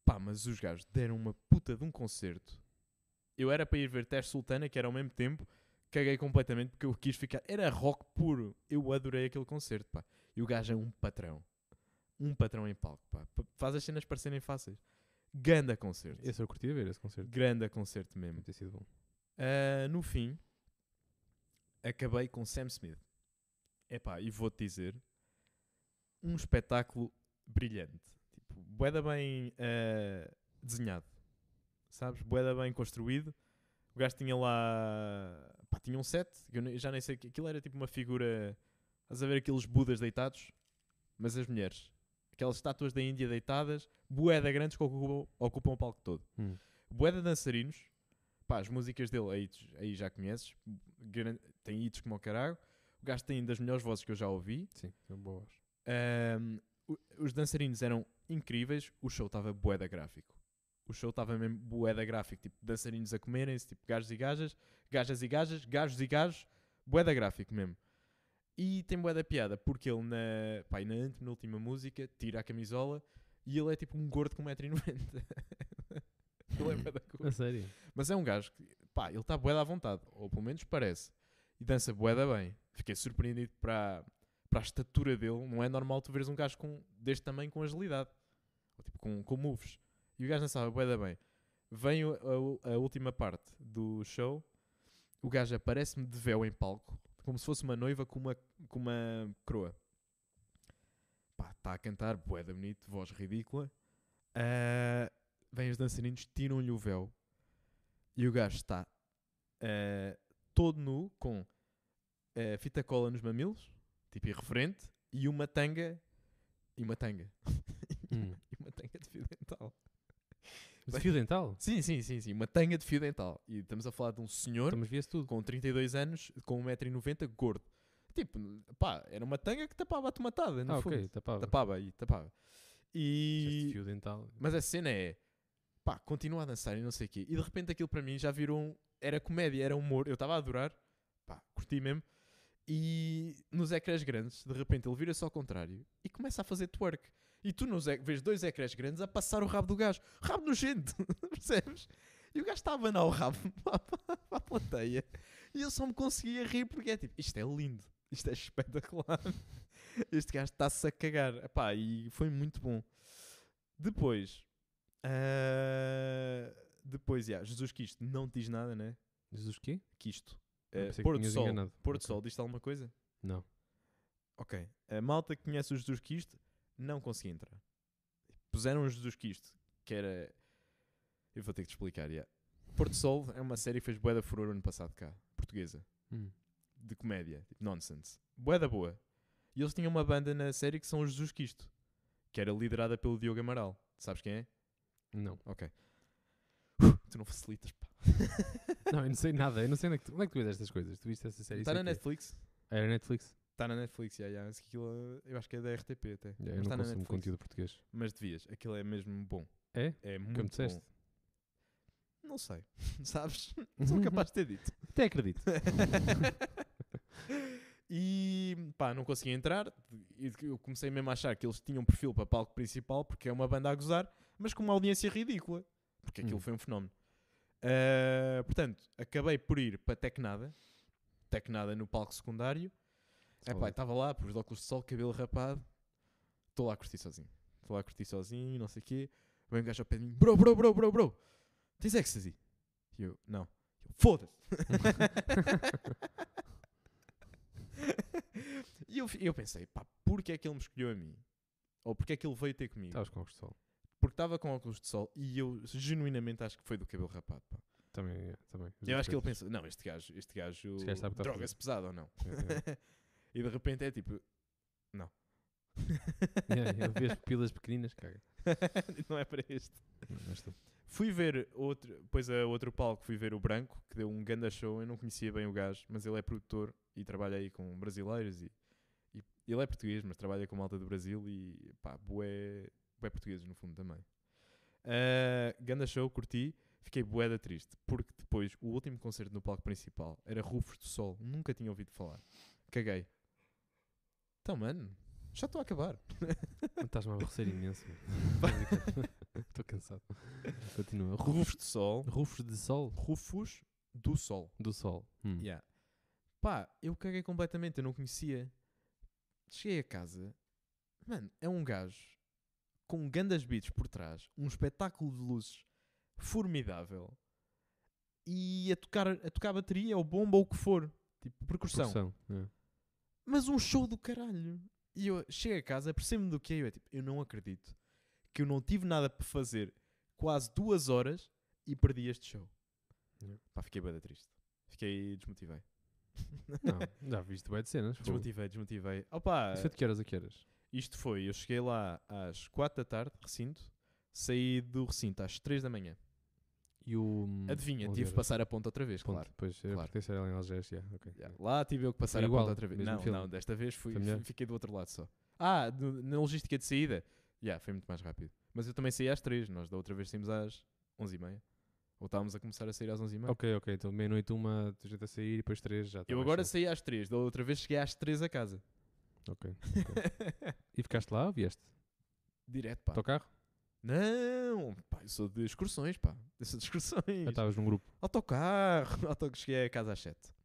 S1: Pá, mas os gajos deram uma puta de um concerto. Eu era para ir ver Teste Sultana, que era ao mesmo tempo. Caguei completamente porque eu quis ficar. Era rock puro. Eu adorei aquele concerto, pá. E o gajo é um patrão. Um patrão em palco, pá. P- Faz as cenas parecerem fáceis. Ganda concerto.
S2: Esse eu curtia ver, esse concerto.
S1: Granda concerto mesmo.
S2: Deve ter sido bom.
S1: Ah, no fim, acabei com Sam Smith. Epá, e vou-te dizer, um espetáculo brilhante. Tipo, boeda bem ah, desenhado, sabes? Boeda bem construído. O gajo tinha lá... Pá, tinha um set, que eu ne- já nem sei... que- Aquilo era tipo uma figura... Estás a ver aqueles budas deitados? Mas as mulheres. Aquelas estátuas da Índia deitadas, boeda grandes que ocupam, ocupam o palco todo.
S2: Hum.
S1: Bué de dançarinos. Pá, as músicas dele aí, tu- aí já conheces. Gran- Tem hits como o caralho. O gajo tem das melhores vozes que eu já ouvi.
S2: Sim, são boas.
S1: Ahm, o- os dançarinos eram incríveis. O show estava bué da gráfico. O show estava mesmo bué da gráfico. Tipo, dançarinos a comerem-se, tipo, gajos e gajas, gajas e gajas, gajos e gajos. Bué da gráfico mesmo. E tem bué da piada, porque ele na, pá, e na antepenúltima música tira a camisola e ele é tipo um gordo com 1,90m. ele é bué da gordo.
S2: A sério?
S1: Mas é um gajo que, pá, ele está boeda à vontade, ou pelo menos parece, e dança boeda bem. Fiquei surpreendido para, para a estatura dele. Não é normal tu veres um gajo com, deste tamanho com agilidade, ou tipo com, com moves. E o gajo dançava boeda bem. Vem o- a, u- a última parte do show, o gajo aparece-me de véu em palco, como se fosse uma noiva com uma, com uma coroa. Pá, está a cantar, boeda bonito, voz ridícula. Ah, vem os dançarinos, tiram-lhe o véu. E o gajo está eh, todo nu, com eh, fita cola nos mamilos, tipo irreverente, e uma tanga. E uma tanga.
S2: Hum.
S1: E uma tanga de fio dental.
S2: Mas fio dental?
S1: Sim, sim, sim, sim. Uma tanga de fio dental. E estamos a falar de um senhor
S2: Estamos via-se tudo.
S1: com 32 anos, com 1,90m, gordo. Tipo, pá, era uma tanga que tapava a tomatada, no
S2: Ah,
S1: fundo.
S2: ok, tapava.
S1: Tapava e tapava.
S2: Disseste
S1: E.
S2: fio dental.
S1: Mas a cena é, pá, continua a dançar e não sei o quê. E de repente aquilo para mim já virou um. Era comédia, era humor, eu estava a adorar, pá, curti mesmo. E nos ecrãs grandes, de repente ele vira-se ao contrário e começa a fazer twerk. E tu nos e- vês dois ecrãs grandes a passar o rabo do gajo. Rabo nojento, percebes? E o gajo está a abanar o rabo para a- para a plateia. E eu só me conseguia rir porque é tipo, isto é lindo, isto é espetacular. Este gajo está-se a cagar. Epá, e foi muito bom. Depois, ah, depois, yeah, Jesus Quisto não te diz nada, né?
S2: Jesus quê?
S1: Quisto.
S2: Ah,
S1: Eh,
S2: pensei que
S1: Porto
S2: tinhas
S1: Sol.
S2: enganado.
S1: Porto
S2: Ok.
S1: Sol, diz-te alguma coisa?
S2: Não.
S1: Ok. A malta que conhece o Jesus Quisto não conseguia entrar. Puseram o Jesus Quisto, que era. Eu vou ter que te explicar, yeah. Porto Sol é uma série que fez bué da furor ano passado cá, portuguesa,
S2: Hum.
S1: de comédia, tipo nonsense. Bué da boa. E eles tinham uma banda na série que são os Jesus Quisto, que era liderada pelo Diogo Amaral. Sabes quem é?
S2: Não.
S1: Uh, Tu não facilitas, pá.
S2: Não, eu não sei nada. Eu não sei onde é que tu, onde é que tu vês estas coisas. Tu viste essa série?
S1: Está
S2: sei
S1: Tá na
S2: o quê.
S1: Netflix.
S2: Ah, Era Netflix.
S1: Está é. Tá na Netflix, já, já. Mas aquilo, eu acho que é da RTP até.
S2: Já,
S1: mas
S2: eu não
S1: tá na
S2: consumo
S1: Netflix.
S2: conteúdo português.
S1: Mas devias, aquilo é mesmo bom.
S2: É?
S1: É
S2: Que me
S1: muito bom.
S2: disseste?
S1: Não sei, sabes? Não sou capaz de ter dito.
S2: Até acredito.
S1: e pá, não consegui entrar. E Eu comecei mesmo a achar que eles tinham perfil para palco principal, porque é uma banda a gozar, mas com uma audiência ridícula, porque aquilo
S2: Hum.
S1: foi um fenómeno. Ah, portanto, acabei por ir para Tecnada, Tecnada no palco secundário. É pá,
S2: Saudade.
S1: estava lá, pus óculos de sol, cabelo rapado. Estou lá a curtir sozinho. Estou lá a curtir sozinho, não sei o quê. Vem um gajo ao pé de mim. Bro, bro, bro, bro, bro. Tens ecstasy? E eu, não. Eu, Foda-se. e eu, fi- eu pensei, pá, porquê é que ele me escolheu a mim? Ou porquê é que ele veio ter comigo?
S2: Estavas com óculos de sol.
S1: Porque estava com óculos de sol e eu genuinamente acho que foi do cabelo rapado. Pá.
S2: Também, é, também. As
S1: Eu
S2: duas
S1: acho que ele
S2: coisas.
S1: pensou, não, este gajo, este gajo,
S2: Este gajo sabe o que está a
S1: droga-se pesado ou não? e de repente é tipo, não.
S2: É, é, é. Eu vi as pupilas pequeninas, caga.
S1: não é para este.
S2: Não, não estou.
S1: Fui ver outro, depois a outro palco, fui ver o Branco, que deu um ganda show, eu não conhecia bem o gajo, mas ele é produtor e trabalha aí com brasileiros e, e ele é português, mas trabalha com malta do Brasil e pá, bué, bué português no fundo também. Ah, ganda show, curti, fiquei bué da triste, porque depois o último concerto no palco principal era Rufos do Sol, nunca tinha ouvido falar. Caguei. Então, mano, já estou a acabar.
S2: Mas Estás-me a aborrecer imenso. meu. Estou cansado. Continua. Ru-
S1: Rufos do Sol,
S2: Rufos de sol?
S1: Rufos do Sol.
S2: Do sol. Hum.
S1: Yeah. Pá, eu caguei completamente, eu não conhecia. Cheguei a casa, mano, é um gajo com grandes beats por trás, um espetáculo de luzes formidável e a tocar, a tocar bateria ou bomba ou o que for, tipo percussão.
S2: Percussão, é.
S1: Mas um show do caralho. E eu chego a casa, percebo-me do que é, eu é tipo, eu não acredito que eu não tive nada para fazer quase duas horas e perdi este show.
S2: Yeah.
S1: Pá, fiquei bem triste. Fiquei desmotivei.
S2: Não, já viste bué de cenas. fogo.
S1: Desmotivei, desmotivei. Opa,
S2: Isso foi de que horas a que horas?
S1: isto foi, eu cheguei lá às 4 da tarde, recinto, saí do recinto às 3 da manhã.
S2: E o...
S1: Adivinha,
S2: onze
S1: tive que
S2: horas.
S1: passar a ponta outra vez,
S2: Ponto,
S1: claro.
S2: Pois, era
S1: claro.
S2: porque isso era em Algés, yeah, ok.
S1: Yeah, Lá tive eu que passar
S2: Foi
S1: a
S2: igual,
S1: ponta outra vez.
S2: mesmo
S1: Não,
S2: filme.
S1: não, desta vez fui,
S2: Foi melhor?
S1: fiquei do outro lado só. Ah, no- na logística de saída, yeah, foi muito mais rápido. Mas eu também saí às 3, nós da outra vez saímos às 11h30. Ou estávamos a começar a sair às 11h30.
S2: Ok, ok, então meia-noite uma, tu já está a sair e depois três já tá
S1: Eu
S2: mais
S1: agora
S2: cedo.
S1: saí às 3, da outra vez cheguei às 3 a casa.
S2: Ok. E ficaste lá ou vieste?
S1: Direto, pá.
S2: Teu carro?
S1: Não, pá, eu sou de excursões, pá. Eu sou de excursões.
S2: Ah, estavas num grupo.
S1: Autocarro, auto... cheguei a casa às 7.
S2: Eu
S1: Certo.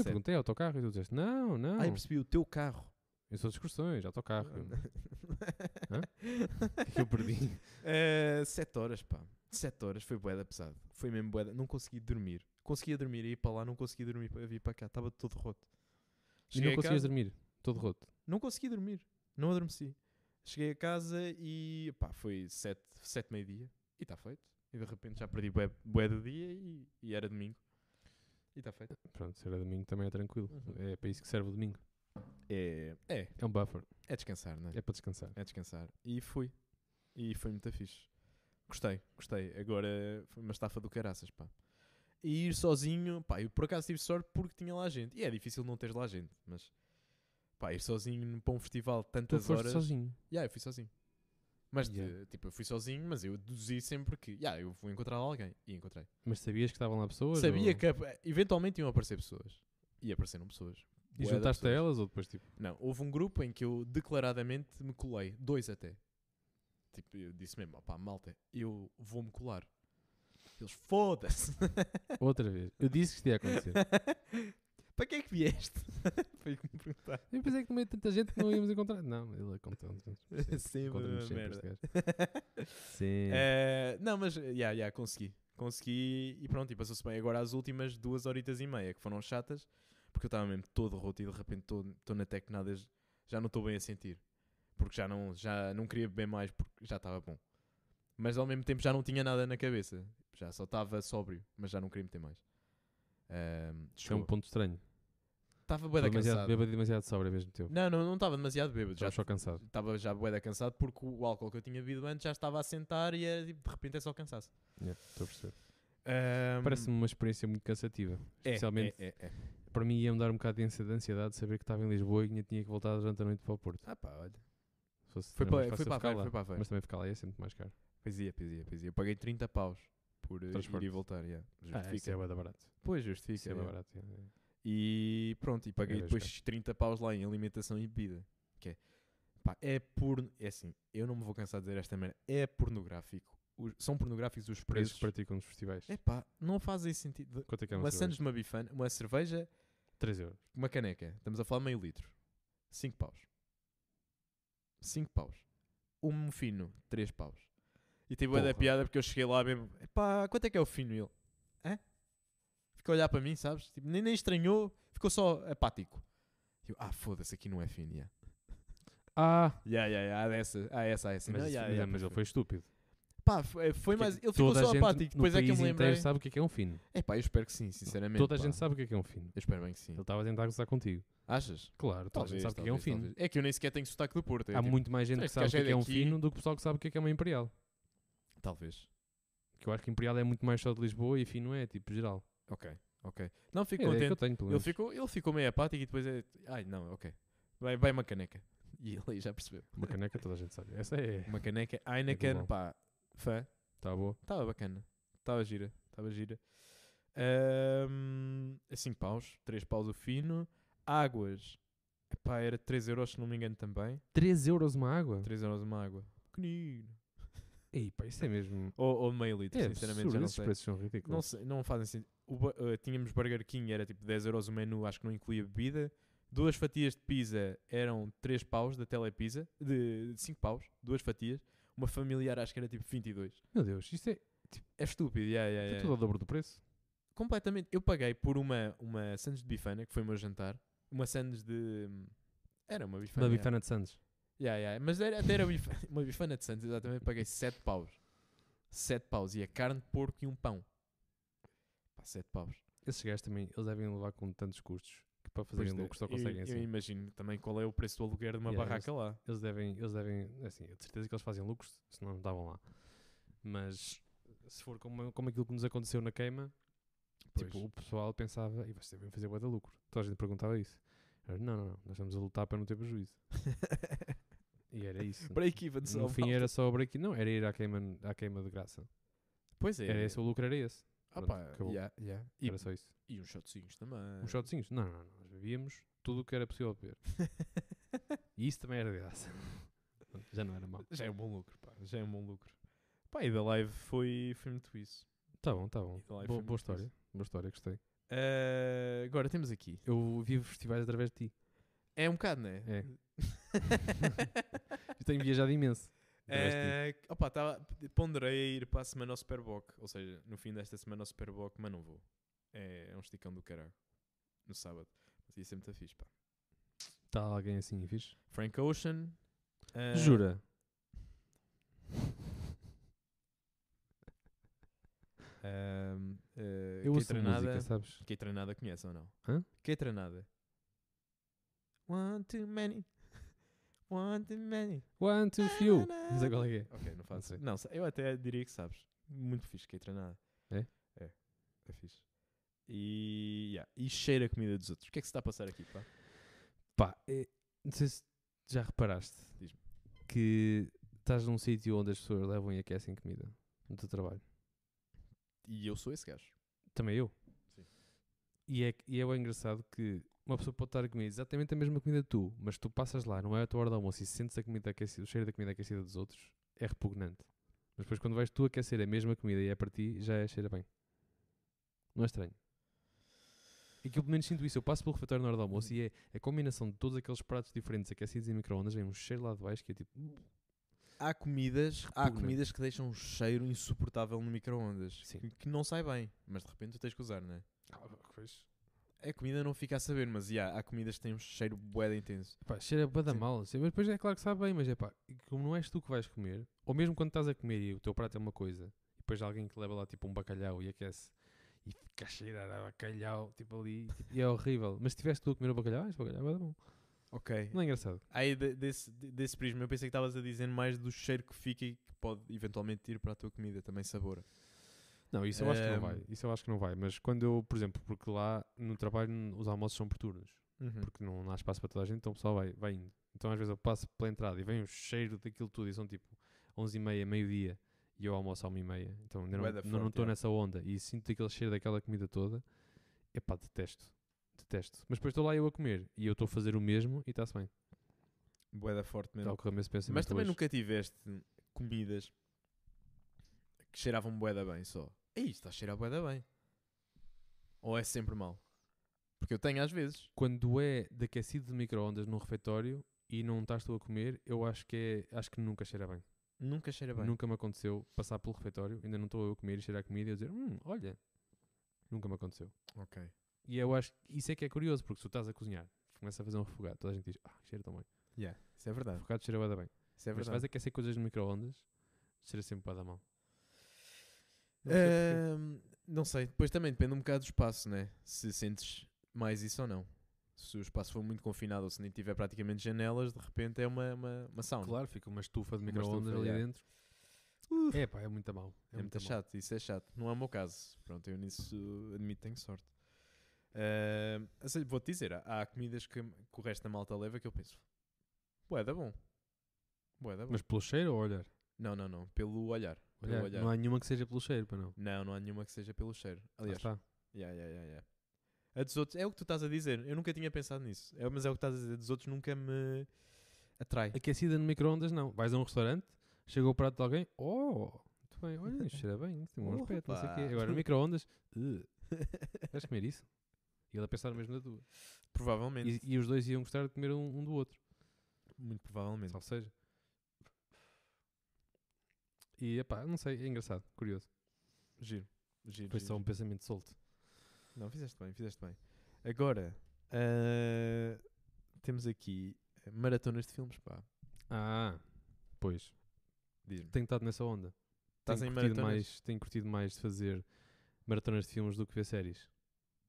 S1: Ah,
S2: perguntei autocarro e tu disseste, não, não,
S1: Ai, percebi o teu carro.
S2: eu sou de excursões, autocarro.
S1: Ah.
S2: Hã? que eu perdi?
S1: 7 Eh, horas, pá. 7 horas foi boeda pesado. Foi mesmo boeda. Não consegui dormir. Conseguia dormir e ir para lá, não conseguia dormir para vir para cá. Estava todo roto.
S2: E
S1: Cheguei
S2: não
S1: a
S2: conseguias
S1: casa-
S2: dormir, todo roto.
S1: Não consegui dormir. Não adormeci. Cheguei a casa e pá, foi 7, sete meio-dia e está feito. E de repente já perdi bué, bué do dia e, e era domingo. E está feito.
S2: Pronto, se era domingo também é tranquilo.
S1: Uhum.
S2: É para isso que serve o domingo.
S1: É, é,
S2: É um buffer,
S1: é descansar, não é?
S2: é para descansar.
S1: a descansar. E fui. E foi muito fixe. Gostei, gostei. Agora foi uma estafa do caraças, pá. E ir sozinho, pá, eu por acaso tive sorte porque tinha lá gente. E é difícil não teres lá gente, mas pá, ir sozinho para um festival de
S2: Tu
S1: tantas
S2: foste
S1: horas.
S2: sozinho.
S1: Yeah, eu fui sozinho. Mas
S2: Yeah.
S1: tipo, eu fui sozinho, mas eu deduzi sempre que, yeah, eu vou encontrar alguém. E encontrei.
S2: Mas sabias que estavam lá pessoas?
S1: Sabia
S2: ou-
S1: que eh, eventualmente iam aparecer pessoas. E apareceram pessoas.
S2: E
S1: Bué de
S2: juntaste a
S1: pessoas.
S2: elas ou depois tipo...
S1: Não, houve um grupo em que eu declaradamente me colei. Dois até. Tipo, eu disse mesmo, opá, malta, eu vou-me colar. Eles, foda-se.
S2: Outra vez. Eu disse que isto ia acontecer.
S1: Para que é que vieste? Foi o que me perguntaram.
S2: Eu pensei que no meio de tanta gente não íamos encontrar. Não, ele conta-nos
S1: Sempre uma merda.
S2: Sim.
S1: Eh, não, mas, já, yeah, yeah, consegui. Consegui e pronto, e passou-se bem. Agora as últimas duas horitas e meia, que foram chatas, porque eu estava mesmo todo roto e de repente estou na tecnada, já não estou bem a sentir. Porque já não, já não queria beber mais, porque já estava bom. Mas ao mesmo tempo já não tinha nada na cabeça. Já só estava sóbrio, mas já não queria meter mais. Ehm,
S2: é um
S1: desculpa.
S2: ponto estranho.
S1: Estava
S2: Estou
S1: bué da
S2: demasiado
S1: cansado.
S2: bêbado e demasiado sobra ao mesmo tempo.
S1: Não, não, não estava demasiado bêbado. Já
S2: Já só cansado.
S1: estava já bué da cansado porque o álcool que eu tinha bebido antes já estava a sentar e era, tipo, de repente é só cansaço.
S2: Yeah, Estou a perceber.
S1: Ehm,
S2: Parece-me uma experiência muito cansativa. Especialmente
S1: É, é, é.
S2: para mim ia-me dar um bocado de ansi- de ansiedade saber que estava em Lisboa e que tinha que voltar durante a noite para o Porto.
S1: Ah pá, olha.
S2: Se fosse-
S1: Foi
S2: era mais
S1: para, foi
S2: fácil
S1: para
S2: ficar
S1: Aveiro,
S2: lá.
S1: foi para Aveiro.
S2: Mas também ficar lá é sempre mais caro.
S1: Pois ia, pois ia, pois ia. Eu paguei 30 paus por eh, ir
S2: Transporte.
S1: e voltar. yeah.
S2: Ah, isso
S1: Justifica.
S2: é bué da barato.
S1: Pois,
S2: Isso
S1: justifica.
S2: é bué
S1: yeah.
S2: barato. É yeah, yeah.
S1: E pronto, e paguei
S2: vejo
S1: depois 30 paus lá em alimentação e bebida. Que é, pá, é por. É assim, eu não me vou cansar de dizer esta merda. É pornográfico. Os- são pornográficos os
S2: Preços
S1: preços.
S2: para ti com os festivais.
S1: É pá, não fazem sentido.
S2: Quanto é que é uma
S1: Uma
S2: cerveja?
S1: Sandes de uma bifana, uma cerveja,
S2: 3 euros.
S1: uma caneca. Estamos a falar meio litro. 5 paus. 5 paus. Um fino, 3 paus. E teve bué da
S2: Porra.
S1: piada porque eu cheguei lá mesmo. Epá, quanto é que é o fino? E ele, hã? Ficou a olhar para mim, sabes? Tipo, nem, nem estranhou, ficou só apático. Eu, ah, foda-se, aqui não é fino. Yeah.
S2: Ah,
S1: Yeah, yeah, yeah, há dessa, há essa, há essa.
S2: mas,
S1: Não,
S2: isso-
S1: yeah,
S2: mas-
S1: yeah,
S2: mas
S1: pois
S2: ele foi estúpido.
S1: é Pá, foi, foi
S2: Porque
S1: mais. Ele ficou
S2: toda a
S1: só
S2: gente
S1: apático.
S2: no
S1: Depois é que eu
S2: país
S1: me lembrei.
S2: inteiro sabe o que é que é um fino.
S1: Epá, eu espero que sim, sinceramente.
S2: Toda a
S1: pá.
S2: gente sabe o que é que é um fino.
S1: Eu espero bem que sim.
S2: Ele estava a tentar gozar contigo.
S1: Achas?
S2: Claro, toda a gente sabe o que é que é um
S1: talvez,
S2: fino.
S1: talvez. É que eu nem sequer tenho sotaque do Porto. é
S2: Há
S1: tipo,
S2: muito mais gente que
S1: este
S2: sabe o que
S1: gajo é
S2: é que é um
S1: daqui.
S2: fino do que o pessoal que sabe o que é que é uma imperial.
S1: Talvez.
S2: Que eu acho que imperial é muito mais só de Lisboa e fino é, tipo, geral.
S1: Ok, ok. Não, fico
S2: É a ideia que eu
S1: contente.
S2: tenho, pelo
S1: ele,
S2: menos.
S1: ficou, ele ficou meio apático e depois é. Ai, não, ok. Vai, vai uma caneca. E ele aí já percebeu.
S2: Uma caneca toda a gente sabe. Essa é...
S1: Uma caneca Heineken,
S2: bom.
S1: pá. Fã.
S2: Tá boa.
S1: Estava bacana. Estava gira. Estava gira. Ahm, é 5 paus. 3 paus o fino. Águas. Pá, era 3 euros se não me engano também.
S2: 3 euros uma água?
S1: 3 euros uma água. Pequenino.
S2: Ei, pá, isso é mesmo...
S1: Ou, ou meio litro,
S2: É
S1: sinceramente.
S2: absurdo,
S1: já não
S2: esses
S1: sei.
S2: preços são
S1: Não,
S2: ridículos.
S1: sei, não fazem sentido. O ba- eh, tínhamos Burger King, era tipo 10 euros o menu, acho que não incluía bebida. Duas fatias de pizza eram 3 paus da Telepizza, de 5 paus, duas fatias. Uma familiar acho que era tipo 22.
S2: Meu Deus, isto é,
S1: É estúpido, yeah, yeah,
S2: é
S1: yeah.
S2: tudo ao dobro do preço.
S1: Completamente. Eu paguei por uma, uma sandes de bifana, que foi o meu jantar. Uma sandes de... Era uma bifana.
S2: Da
S1: yeah.
S2: Bifana de Santos.
S1: Yeah, yeah. Mas era, até era bifa- uma bifana de Santos, exatamente. Paguei 7 paus. 7 paus. E a carne de porco e um pão. Pá, 7 paus.
S2: Esses gajos também, eles devem levar com tantos custos que para fazerem
S1: Pois de-
S2: lucro só
S1: eu-
S2: conseguem
S1: eu,
S2: assim.
S1: imagino também qual é o preço do aluguer de uma
S2: Yeah,
S1: barraca lá.
S2: Eles devem, eles devem, assim, eu de certeza que eles fazem lucros, senão não estavam lá. Mas se for como, como aquilo que nos aconteceu na queima, tipo,
S1: Pois.
S2: o pessoal pensava, e vocês devem fazer boa de lucro. Toda a gente perguntava isso. Era, não, não, não, nós estamos a lutar para não ter prejuízo. E era isso.
S1: Break even só.
S2: No fim
S1: malta.
S2: era só o break não, era ir à queima, à queima de graça.
S1: Pois é.
S2: Era esse o lucro, era esse.
S1: Ah
S2: Pronto,
S1: pá,
S2: acabou.
S1: yeah, yeah. E, é.
S2: Era só Um isso.
S1: e uns shotzinhos também.
S2: Os shotzinhos? Não, não, não. Nós bebíamos tudo o que era possível beber. E isso também era de graça. Já não era mau.
S1: Já é um bom lucro, pá. Já é um bom lucro. Pá, e da live foi, foi muito isso.
S2: Tá bom, tá bom.
S1: Então, aí
S2: Boa,
S1: foi
S2: boa
S1: muito
S2: história. Boa história, gostei.
S1: Ah, agora temos aqui.
S2: Eu vivo festivais através de ti.
S1: É um bocado, né?
S2: É. Eu tenho viajado imenso. Através de ti.
S1: É, opa, tava, ponderei a ir para a semana ao Superboc, ou seja, no fim desta semana ao Superboc, mas não vou. É, é um esticão do caralho. No sábado. Mas ia ser muito fixe, pá.
S2: Está alguém assim fixe?
S1: Frank Ocean. ah,
S2: Jura?
S1: ah, ah,
S2: Eu
S1: Kei
S2: ouço música,
S1: Tranada.
S2: sabes?
S1: Kei Tranada conhece ou não?
S2: Hã?
S1: Kei Tranada. One too many. One too many.
S2: One, two, few. Não sei qual é que é.
S1: Ok, não faço.
S2: sei.
S1: Não, sa- eu até diria que sabes. Muito fixe que é treinada.
S2: É?
S1: É. É fixe. E, yeah, e cheira a comida dos outros. O que é que se está a passar aqui, pá?
S2: Pá, é- não sei se já reparaste
S1: Diz-me.
S2: que estás num sítio onde as pessoas levam e aquecem comida no teu trabalho.
S1: E eu sou esse gajo.
S2: Também eu.
S1: Sim.
S2: E é, que- e é bem engraçado que uma pessoa pode estar a comer exatamente a mesma comida que tu, mas tu passas lá, não é a tua hora de almoço e sentes a comida aquecida, o cheiro da comida aquecida dos outros, é repugnante. Mas depois quando vais tu aquecer a mesma comida e é para ti, já é cheira bem. Não é estranho. E que eu pelo menos sinto isso, eu passo pelo refeitório na hora do almoço e é a combinação de todos aqueles pratos diferentes aquecidos em microondas, vem um cheiro lá de baixo que é tipo,
S1: Há comidas, há
S2: Repugnante.
S1: comidas que deixam um cheiro insuportável no microondas.
S2: Sim.
S1: Que, que não sai bem. Mas de repente tu tens que usar, não é?
S2: ah,
S1: A comida não fica a saber, mas yeah, há comidas que têm um cheiro bué intenso.
S2: Pá, cheira bué da
S1: Sim.
S2: mal, assim, mas depois é claro que sabe bem, mas é pá, como não és tu que vais comer, ou mesmo quando estás a comer e o teu prato é uma coisa, e depois há alguém que leva lá tipo um bacalhau e aquece, e fica a cheirar a bacalhau, tipo ali, tipo, e é horrível. Mas se estiveste tu a comer o bacalhau, ah, este bacalhau é bom.
S1: Ok.
S2: Não é engraçado?
S1: Aí de- desse, de- desse prisma, eu pensei que estavas a dizer mais do cheiro que fica e que pode eventualmente ir para a tua comida, também sabor.
S2: Não, isso eu acho que não vai,
S1: Ehm.
S2: isso eu acho que não vai, mas quando eu, por exemplo, porque lá no trabalho n- os almoços são por turnos,
S1: Uhum.
S2: porque não, não há espaço para toda a gente, então o pessoal vai, vai indo. Então às vezes eu passo pela entrada e vem o cheiro daquilo tudo e são tipo 11 e meia, meio-dia, e eu almoço à uma e meia. Então ainda não-
S1: Bué da
S2: ainda não
S1: forte,
S2: estou
S1: yeah.
S2: nessa onda e sinto aquele cheiro daquela comida toda. Epá, detesto. Detesto. Mas depois estou lá eu a comer e eu estou a fazer o mesmo e está-se bem.
S1: Boeda forte
S2: Está
S1: mesmo.
S2: a ocorrer-me esse pensamento.
S1: Mas também
S2: hoje.
S1: nunca tiveste comidas que cheiravam boeda bem só. Ei, isto está a cheirar boeda bem. Ou é sempre mal? Porque eu tenho às vezes.
S2: Quando é de aquecido de micro-ondas num refeitório e não estás tu a comer, eu acho que é, acho que nunca cheira bem.
S1: Nunca cheira É bem.
S2: Nunca me aconteceu passar pelo refeitório, ainda não estou eu a comer e cheirar a comida e eu dizer, hum, olha. Nunca me aconteceu.
S1: Ok.
S2: E eu acho que isso é que é curioso, porque se tu estás a cozinhar, começa a fazer um refogado, toda a gente diz, ah, cheira tão bem.
S1: Yeah, isso é verdade.
S2: Refogado cheira bué da bem.
S1: Isso é
S2: Mas se
S1: verdade.
S2: vais aquecer coisas no micro-ondas, cheira sempre bué da mal. Não sei porquê.
S1: Ahm, não sei, depois também depende um bocado do espaço, né? Se sentes mais isso ou não. Se o espaço for muito confinado ou se nem tiver praticamente janelas, de repente é uma, uma, uma sauna.
S2: Claro, fica uma estufa de
S1: Uma
S2: micro-ondas
S1: estufa,
S2: ali
S1: yeah.
S2: dentro. É pá, é muito mal.
S1: É, muito
S2: mal.
S1: chato, isso é chato. Não é o meu caso. Pronto, eu nisso admito que tenho sorte. Ahm, a sério, Vou-te dizer, há, há comidas que, que o resto da malta leva que eu penso. Bué, dá bom. Bué, dá bom.
S2: Mas pelo cheiro ou olhar?
S1: Não, não, não. Pelo olhar. Pelo
S2: olhar?
S1: olhar.
S2: Não há nenhuma que seja pelo cheiro, para não.
S1: não, não há nenhuma que seja pelo cheiro.
S2: Lá
S1: Aliás,
S2: está.
S1: Yeah, yeah, yeah, yeah. A dos outros, é o que tu estás a dizer. Eu nunca tinha pensado nisso. É, mas é o que estás a dizer. A dos outros nunca me atrai.
S2: Aquecida no micro-ondas, não. Vais a um restaurante, chega o prato de alguém, oh, muito bem, olha, cheira bem, tem um bom aspecto, não sei o quê.
S1: Opa.
S2: Agora, no micro-ondas, "Ugh, queres comer isso? E ele a pensar mesmo na tua.
S1: Provavelmente.
S2: E, e os dois iam gostar de comer um, um do outro,
S1: Muito provavelmente.
S2: ou seja. E, epá, não sei, é engraçado, curioso.
S1: Giro. Giro.
S2: Foi
S1: giro.
S2: só um pensamento solto.
S1: Não, fizeste bem, fizeste bem. Agora, ah, temos aqui maratonas de filmes, pá.
S2: Ah, pois,
S1: Diz-me.
S2: tenho estado nessa onda.
S1: Estás
S2: tenho
S1: em
S2: curtido
S1: maratonas?
S2: mais, tenho curtido mais de fazer maratonas de filmes do que ver séries.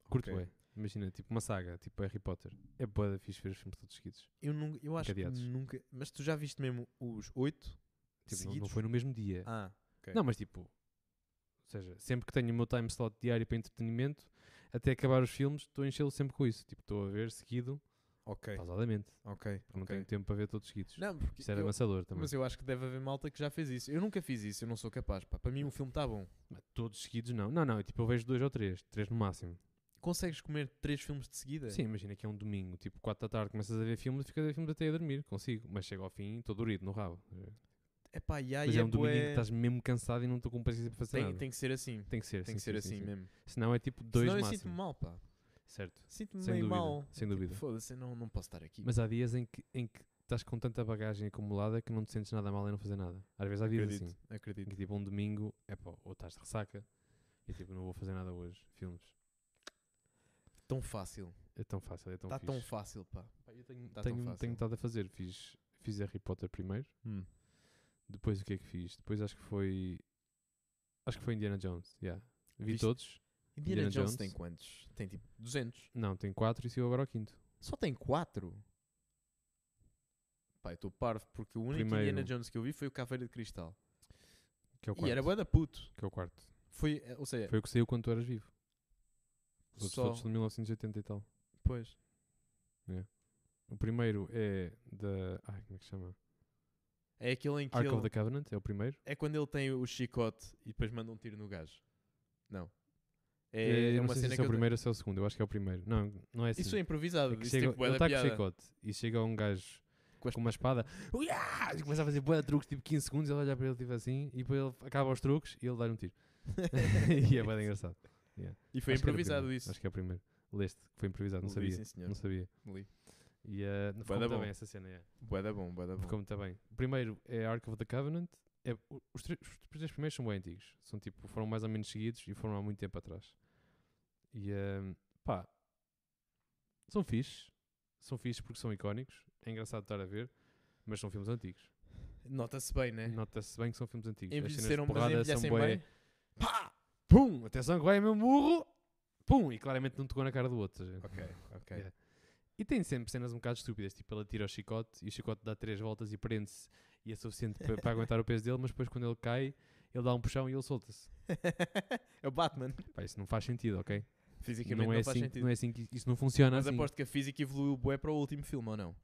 S2: Curto
S1: Ok.
S2: é. Imagina, tipo uma saga, tipo Harry Potter. É boa da fixe ver os filmes todos seguidos.
S1: Eu, nunca, eu acho que
S2: Encadeados.
S1: nunca... Mas tu já viste mesmo os oito
S2: Tipo, não- não,
S1: seguidos?
S2: foi no mesmo dia.
S1: Ah, ok.
S2: Não, mas tipo, ou seja, sempre que tenho o meu time slot diário para entretenimento, até acabar os filmes, estou a enchê-lo sempre com isso. Tipo, estou a ver seguido,
S1: ok,
S2: pausadamente.
S1: ok.
S2: Porque não
S1: ok.
S2: tenho tempo para ver todos seguidos.
S1: Não, porque
S2: Isso era
S1: eu-
S2: amassador também.
S1: Mas eu acho que deve haver malta que já fez isso. Eu nunca fiz isso, eu não sou capaz. Pá. Para mim, um filme está bom.
S2: Mas todos seguidos não. Não, não, eu, tipo, eu vejo dois ou três, três no máximo.
S1: Consegues comer três filmes de seguida?
S2: Sim, imagina que é um domingo, tipo 4 da tarde, começas a ver filmes e ficas a ver filmes até a dormir, consigo. Mas chego ao fim, estou dorido no rabo.
S1: É pá, e aí
S2: Mas é
S1: é
S2: um domingo em que
S1: bué-
S2: estás mesmo cansado e não estou com paciência para fazer
S1: tem,
S2: nada.
S1: tem que ser assim.
S2: Tem que ser,
S1: Tem
S2: sim,
S1: que ser
S2: sim,
S1: assim
S2: sim, sim.
S1: mesmo.
S2: Senão é tipo dois
S1: Senão eu sinto-me
S2: máximo.
S1: mal, pá.
S2: Certo,
S1: Sinto-me
S2: sem
S1: meio tipo,
S2: dúvida,
S1: mal.
S2: sem dúvida.
S1: Foda-se, eu não, não posso estar aqui.
S2: Mas há dias em que, em que estás com tanta bagagem acumulada que não te sentes nada mal em não fazer nada. Às vezes há dias
S1: acredito,
S2: assim, em
S1: acredito.
S2: que tipo um domingo, é pá, ou estás de ressaca e tipo não vou fazer nada hoje, filmes.
S1: Tão fácil.
S2: É tão fácil, é tão
S1: Está Tá tão
S2: fixe.
S1: fácil, pá.
S2: eu tenho,
S1: tá tão
S2: tenho,
S1: fácil. Hum.
S2: tenho estado a fazer, fiz, fiz Harry Potter primeiro, depois o que é que fiz? Depois acho que foi, acho que foi Indiana Jones, yeah. Vi
S1: Viste-
S2: todos?
S1: Indiana,
S2: Indiana
S1: Jones,
S2: Jones.
S1: tem quantos? Tem tipo 200.
S2: Não, tem quatro e saiu agora ao quinto.
S1: Só tem quatro? Pá, eu estou parvo porque o único
S2: Primeiro.
S1: Indiana Jones que eu vi foi o Caveira de Cristal.
S2: Que é o
S1: E era
S2: quarto.
S1: bué da puto.
S2: Que é o quarto.
S1: Foi, eh, ou seja,
S2: Foi o que saiu quando tu eras vivo. Os outros
S1: só...
S2: todos são de 1980 e tal.
S1: Pois.
S2: O primeiro é da. Ai, como é que chama?
S1: É aquele em que
S2: Ark
S1: ele...
S2: of the Covenant, é o primeiro.
S1: É quando ele tem o chicote e depois manda um tiro no gajo. Não.
S2: Eh,
S1: É,
S2: eu não
S1: uma cena
S2: sei se
S1: que
S2: esse é
S1: eu-
S2: o primeiro ou se é o segundo, eu acho que é o primeiro. Não, não é assim.
S1: Isso é improvisado.
S2: É que
S1: isso
S2: chega,
S1: tipo, bué
S2: ele
S1: da
S2: está com o
S1: piada.
S2: chicote e chega um gajo
S1: Com
S2: com,
S1: as-
S2: uma espada e começa a fazer boa truques, tipo 15 segundos. Ele olha para ele, tipo assim, e depois ele acaba os truques e ele dá-lhe um tiro. e é bem engraçado.
S1: E foi
S2: Acho que era o
S1: improvisado
S2: primeiro,
S1: isso.
S2: Acho que é o primeiro. Leste, que foi improvisado, não
S1: Li,
S2: sabia.
S1: sim, senhor.
S2: Não sabia.
S1: Li.
S2: E eh, não ficou
S1: Bué da
S2: muito
S1: bom.
S2: bem essa cena, é.
S1: Bué da bom, bué da bom.
S2: Ficou muito bem. O primeiro é Ark of the Covenant. É, o- os, três, os três primeiros são bem antigos. São tipo, foram mais ou menos seguidos e foram há muito tempo atrás. E ehm, pá, são fixes. São fixes porque são icónicos. É engraçado estar a ver, mas são filmes antigos.
S1: Nota-se bem, né?
S2: Nota-se bem que são filmes antigos. As cenas de
S1: Envelheceram, mas
S2: porrada
S1: envelhecem
S2: bué-
S1: bem. Pá!
S2: Pum! Atenção que vai é meu burro! Pum! E claramente não tocou na cara do outro. tá ou seja.
S1: Ok, ok.
S2: Yeah. E tem sempre cenas um bocado estúpidas, tipo, ele atira o chicote e o chicote dá três voltas e prende-se e é suficiente pa- para, aguentar o peso dele, mas depois quando ele cai, ele dá um puxão e ele solta-se.
S1: é o Batman.
S2: Pá, isso não faz sentido, ok?
S1: Fisicamente não,
S2: Não, é
S1: faz
S2: assim,
S1: sentido.
S2: não é assim que isso não funciona
S1: Mas
S2: assim.
S1: aposto que a física evoluiu bué para o último filme, ou não?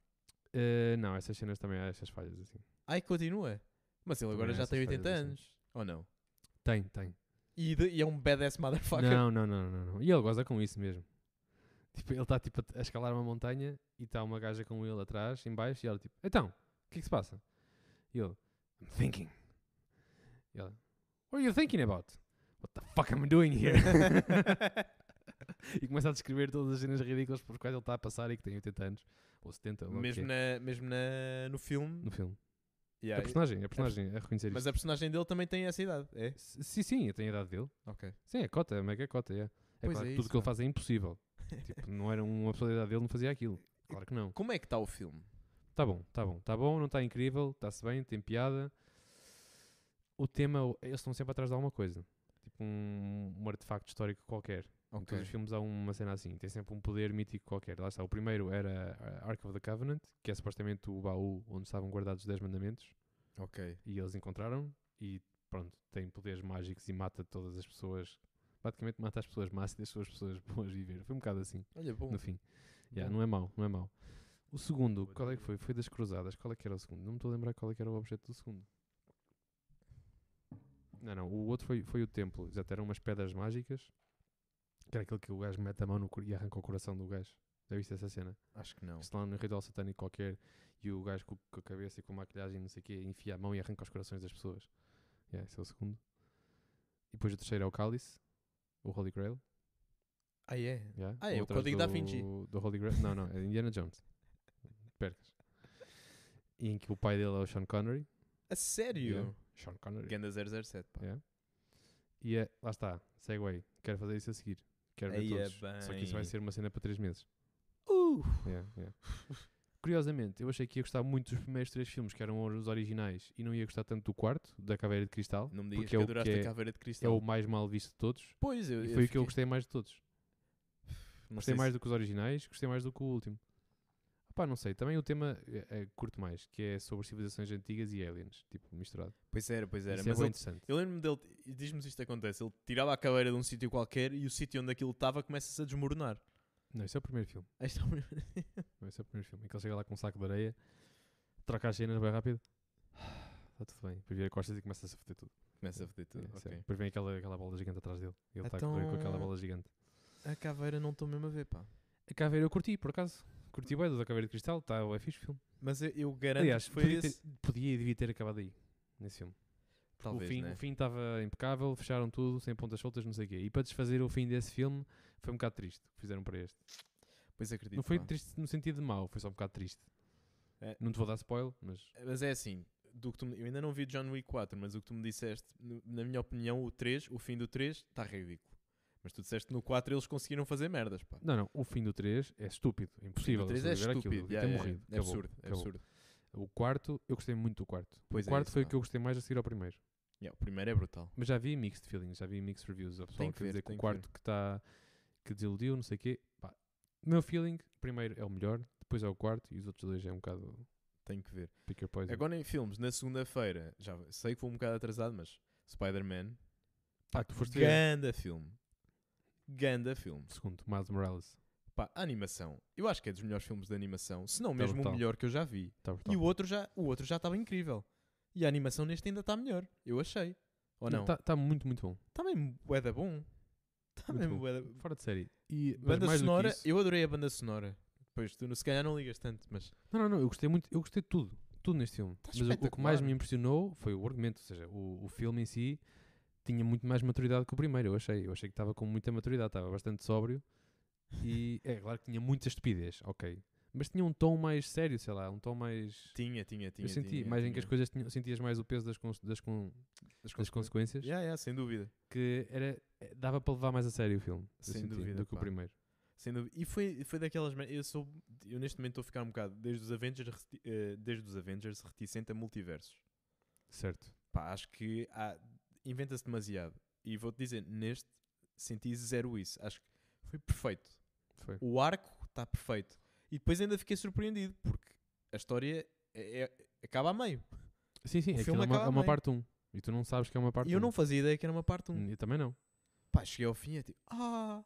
S2: Eh, não, essas cenas também há essas falhas assim.
S1: Ai, continua. Mas ele
S2: Também
S1: agora
S2: há
S1: já
S2: essas
S1: tem 80
S2: falhas assim.
S1: anos. Ou não?
S2: Tem, tem.
S1: E, de- e é um badass motherfucker.
S2: Não, não, não, não, não. E ele goza com isso mesmo. Tipo, ele está tipo, a escalar uma montanha e está uma gaja com ele atrás, em baixo, e ela tipo, então, o que é que se passa? E ele, I'm thinking. E ela, what are you thinking about? What the fuck am I doing here? e começa a descrever todas as cenas ridículas por quais ele está a passar e que tem 80 anos, ou 70, ou lá o que
S1: Mesmo,
S2: é,
S1: na, mesmo na, no filme.
S2: no filme. É
S1: Yeah,
S2: a personagem, é a personagem, é reconhecer
S1: Mas a personagem dele também tem essa idade, é?
S2: isso. Sim, sim, eu tenho a idade dele.
S1: Ok.
S2: Sim, é cota, é mega cota, é. É
S1: Pois
S2: claro
S1: é
S2: que tudo
S1: isso,
S2: que ele
S1: pá.
S2: faz é impossível. Tipo, não era uma pessoa da idade dele, não fazia aquilo. Claro que não.
S1: Como é que está o filme?
S2: Tá bom, tá bom, tá bom, não está incrível, está-se bem, tem piada. O tema, o- eles estão sempre atrás de alguma coisa. Tipo um, um artefacto histórico qualquer. Em todos os filmes há uma cena assim, tem sempre um poder mítico qualquer. Lá está, o primeiro era a Ark of the Covenant, que é supostamente o baú onde estavam guardados os 10 mandamentos.
S1: Ok.
S2: E eles encontraram e pronto, tem poderes mágicos e mata todas as pessoas. Praticamente mata as pessoas más e deixa as pessoas boas viver. Foi um bocado assim,
S1: Olha, bom.
S2: no fim. Yeah,
S1: Bom.
S2: não é mau, não é mau. O segundo, qual é que foi? Foi das cruzadas. Qual é que era o segundo? Não me estou a lembrar qual é que era o objeto do segundo. Não, não. O outro foi, foi o templo. Exato, eram umas pedras mágicas. Que era aquele que o gajo mete a mão no cor- e arranca o coração do gajo. Já viste essa cena?
S1: Acho que não.
S2: que estão lá num ritual satânico qualquer e o gajo co- com, a cabeça e com a maquilhagem e não sei o quê enfia a mão e arranca os corações das pessoas. Yeah, esse é o segundo. E depois o terceiro é o cálice, o Holy Grail.
S1: Ah, é?
S2: yeah,
S1: Ah, é, o
S2: atrás
S1: Código da Vinci.
S2: do- Do Holy Grail. Não, não, é Indiana Jones. Percas. E em que o pai dele é o Sean Connery.
S1: A sério?
S2: Yeah, Sean Connery.
S1: Ganda 007, pá.
S2: Yeah. E é, lá está, segue aí. Quero fazer isso a seguir. Quero ver
S1: Aí é
S2: todos. Só que isso vai
S1: bem.
S2: ser uma cena para três meses.
S1: Uh!
S2: Yeah, yeah. Curiosamente, eu achei que ia gostar muito dos primeiros três filmes, que eram os originais, e não ia gostar tanto do quarto, da Caveira de Cristal,
S1: Não me digas
S2: porque
S1: que
S2: é o,
S1: adoraste
S2: que
S1: a
S2: é,
S1: caveira de
S2: é
S1: cristal.
S2: o mais mal visto de todos,
S1: Pois, eu,
S2: e
S1: eu
S2: foi o que eu
S1: fiquei-
S2: gostei mais de todos.
S1: Não sei
S2: Gostei mais
S1: se-
S2: do que os originais, gostei mais do que o último. Pá, não sei, também o tema é, é, curto mais, que é sobre civilizações antigas e aliens, tipo, misturado.
S1: Pois era, pois era.
S2: Isso é
S1: Mas
S2: bem
S1: ele-
S2: interessante.
S1: eu lembro-me dele, e diz-me se isto acontece, ele tirava a caveira de um sítio qualquer e o sítio onde aquilo estava começa-se a desmoronar.
S2: Não, esse é o primeiro filme.
S1: Aí está o-
S2: Não, esse é o primeiro filme. Em que ele chega lá com um saco de areia, troca as cenas bem rápido, está tudo bem. Depois vira costas e começa-se a foder tudo.
S1: começa a foder
S2: É,
S1: tudo.
S2: sim.
S1: ok.
S2: Depois vem aquela, aquela bola gigante atrás dele. Ele está a correr com aquela
S1: Então-
S2: bola gigante.
S1: A caveira não estou mesmo a ver, pá.
S2: A caveira eu curti, por acaso. Curti bem da caveira de cristal, tá, é fixe o filme.
S1: Mas eu, eu garanto
S2: Aliás,
S1: que foi
S2: podia,
S1: esse.
S2: ter- podia e devia ter acabado aí, nesse filme.
S1: Talvez,
S2: o fim
S1: né?
S2: o fim estava impecável, fecharam tudo, sem pontas soltas, não sei o quê. E para desfazer o fim desse filme, foi um bocado triste o que fizeram para este.
S1: Pois acredito.
S2: não foi
S1: pá.
S2: triste no sentido de mau, foi só um bocado triste.
S1: Tipo, ah. É.
S2: Não te vou dar spoiler, mas
S1: Mas é assim, do que tu me- eu ainda não vi John Wick 4, mas o que tu me disseste, no- na minha opinião, o 3, o fim do 3, está ridículo. Mas tu disseste que no 4 eles conseguiram fazer merdas, pá.
S2: Não, não, o fim do 3 é estúpido, é impossível.
S1: o 3 é
S2: eles sobreviveram
S1: estúpido.
S2: àquilo, devia
S1: yeah,
S2: ter
S1: yeah,
S2: morrido,
S1: é
S2: acabou,
S1: absurdo, é
S2: acabou.
S1: absurdo.
S2: O quarto, eu gostei muito do quarto.
S1: Pois é,
S2: o quarto
S1: isso
S2: foi o
S1: pá.
S2: que eu gostei mais a seguir ao primeiro.
S1: Yeah, o primeiro é brutal.
S2: Mas já vi mixed feelings, já vi mixed reviews. A pessoa
S1: Tem
S2: que,
S1: que ver,
S2: dizer que
S1: tem
S2: o
S1: que
S2: quarto que, tá, que desiludiu, não sei o quê. Pá, meu feeling, primeiro é o melhor, depois é o quarto e os outros dois é um bocado
S1: Tenho que ver.
S2: pick your poison.
S1: Agora em filmes, na segunda-feira, já sei que vou um bocado atrasado, mas Spider-Man,
S2: ah, tu foste ver.
S1: ganda filme. Ganda filme.
S2: Segundo, Miles Morales.
S1: Pá, a animação. Eu acho que é dos melhores filmes de animação, se não
S2: Tá
S1: mesmo
S2: brutal.
S1: o melhor que eu já vi.
S2: Tá
S1: E o outro já o outro já estava incrível. E a animação neste ainda está melhor, eu achei. Ou não?
S2: Está Tá, muito, muito bom.
S1: Está mesmo bué da bom. Está
S2: Muito
S1: mesmo
S2: bom.
S1: bué da bom.
S2: Fora de série. E, mas
S1: Banda
S2: mais do que
S1: sonora,
S2: isso-
S1: eu adorei a banda sonora. Pois tu, se calhar, não ligas tanto, mas.
S2: Não, não, não, eu gostei muito, eu gostei de tudo, tudo neste filme.
S1: Tá
S2: Mas o, o que mais
S1: espetacular.
S2: me impressionou foi o argumento, ou seja, o, o filme em si tinha muito mais maturidade que o primeiro, eu achei. Eu achei que estava com muita maturidade, estava bastante sóbrio e é claro que tinha muita estupidez, ok. Mas tinha um tom mais sério, sei lá, um tom mais.
S1: Tinha, tinha, tinha.
S2: eu senti,
S1: tinha,
S2: mais em que as
S1: tinha.
S2: coisas tinham, sentias mais o peso das, cons- das, con-
S1: As
S2: das consequências,
S1: Yeah, yeah, sem dúvida.
S2: que era, eh, dava para levar mais a sério o filme, eu
S1: Sem
S2: senti,
S1: dúvida,
S2: do que o
S1: pá.
S2: primeiro.
S1: Sem dúvida. E foi, foi daquelas. mer- Eu sou. Eu neste momento estou a ficar um bocado. Desde os Avengers, reti- eh, desde os Avengers reticente a multiversos.
S2: Certo.
S1: Pá, acho que há- inventa-se demasiado. E vou-te dizer, neste senti zero isso. Acho que foi perfeito.
S2: Foi.
S1: O arco está perfeito. E depois ainda fiquei surpreendido, porque a história é- é- acaba a meio.
S2: Sim, sim,
S1: O
S2: aquilo
S1: filme
S2: é uma,
S1: acaba
S2: é uma
S1: bem.
S2: parte 1. E tu não sabes que é uma parte Hum. 1.
S1: E eu não um. fazia ideia que era uma parte 1.
S2: Eu também não.
S1: Pá, cheguei ao fim e é tipo, ah,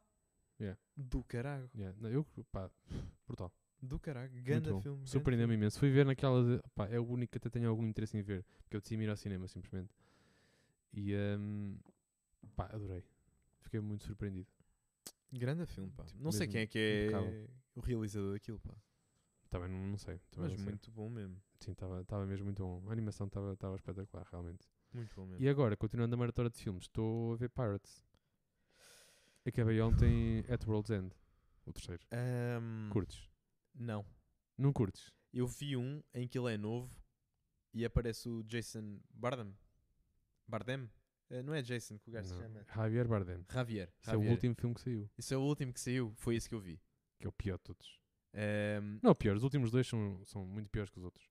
S2: Yeah.
S1: do caralho,
S2: Yeah, não, eu, pá, brutal.
S1: do caralho,
S2: Muito
S1: ganda
S2: bom.
S1: filme.
S2: Surpreendeu-me imenso. é Fui ver naquela de. Pá, é o único que até tenho algum interesse em ver. Porque eu decidi ir ao cinema, simplesmente. E hum, pá, adorei. Fiquei muito surpreendido.
S1: Grande filme, pá.
S2: Tipo,
S1: Não sei
S2: mesmo
S1: quem é que é
S2: impecável.
S1: o realizador daquilo, pá.
S2: Também não, não sei.
S1: Mas
S2: Também não sei.
S1: muito bom mesmo.
S2: Sim, estava mesmo muito bom. A animação estava espetacular, realmente.
S1: Muito bom mesmo.
S2: E é- agora, continuando a maratona de filmes, estou a ver Pirates. Acabei ontem At World's End, o terceiro.
S1: Ahm,
S2: Curtes?
S1: Não.
S2: Não curtes?
S1: Eu vi um em que ele é novo e aparece o Jason Bardem. Bardem? Eh, não é Jason que o gajo se
S2: Não.
S1: chama.
S2: Javier Bardem.
S1: Javier.
S2: Esse é o
S1: Javier.
S2: último filme que saiu,
S1: Esse é o último que saiu. Foi esse que eu vi.
S2: que é o pior de todos.
S1: Ahm,
S2: Não, o pior, os últimos dois são, são muito piores que os outros.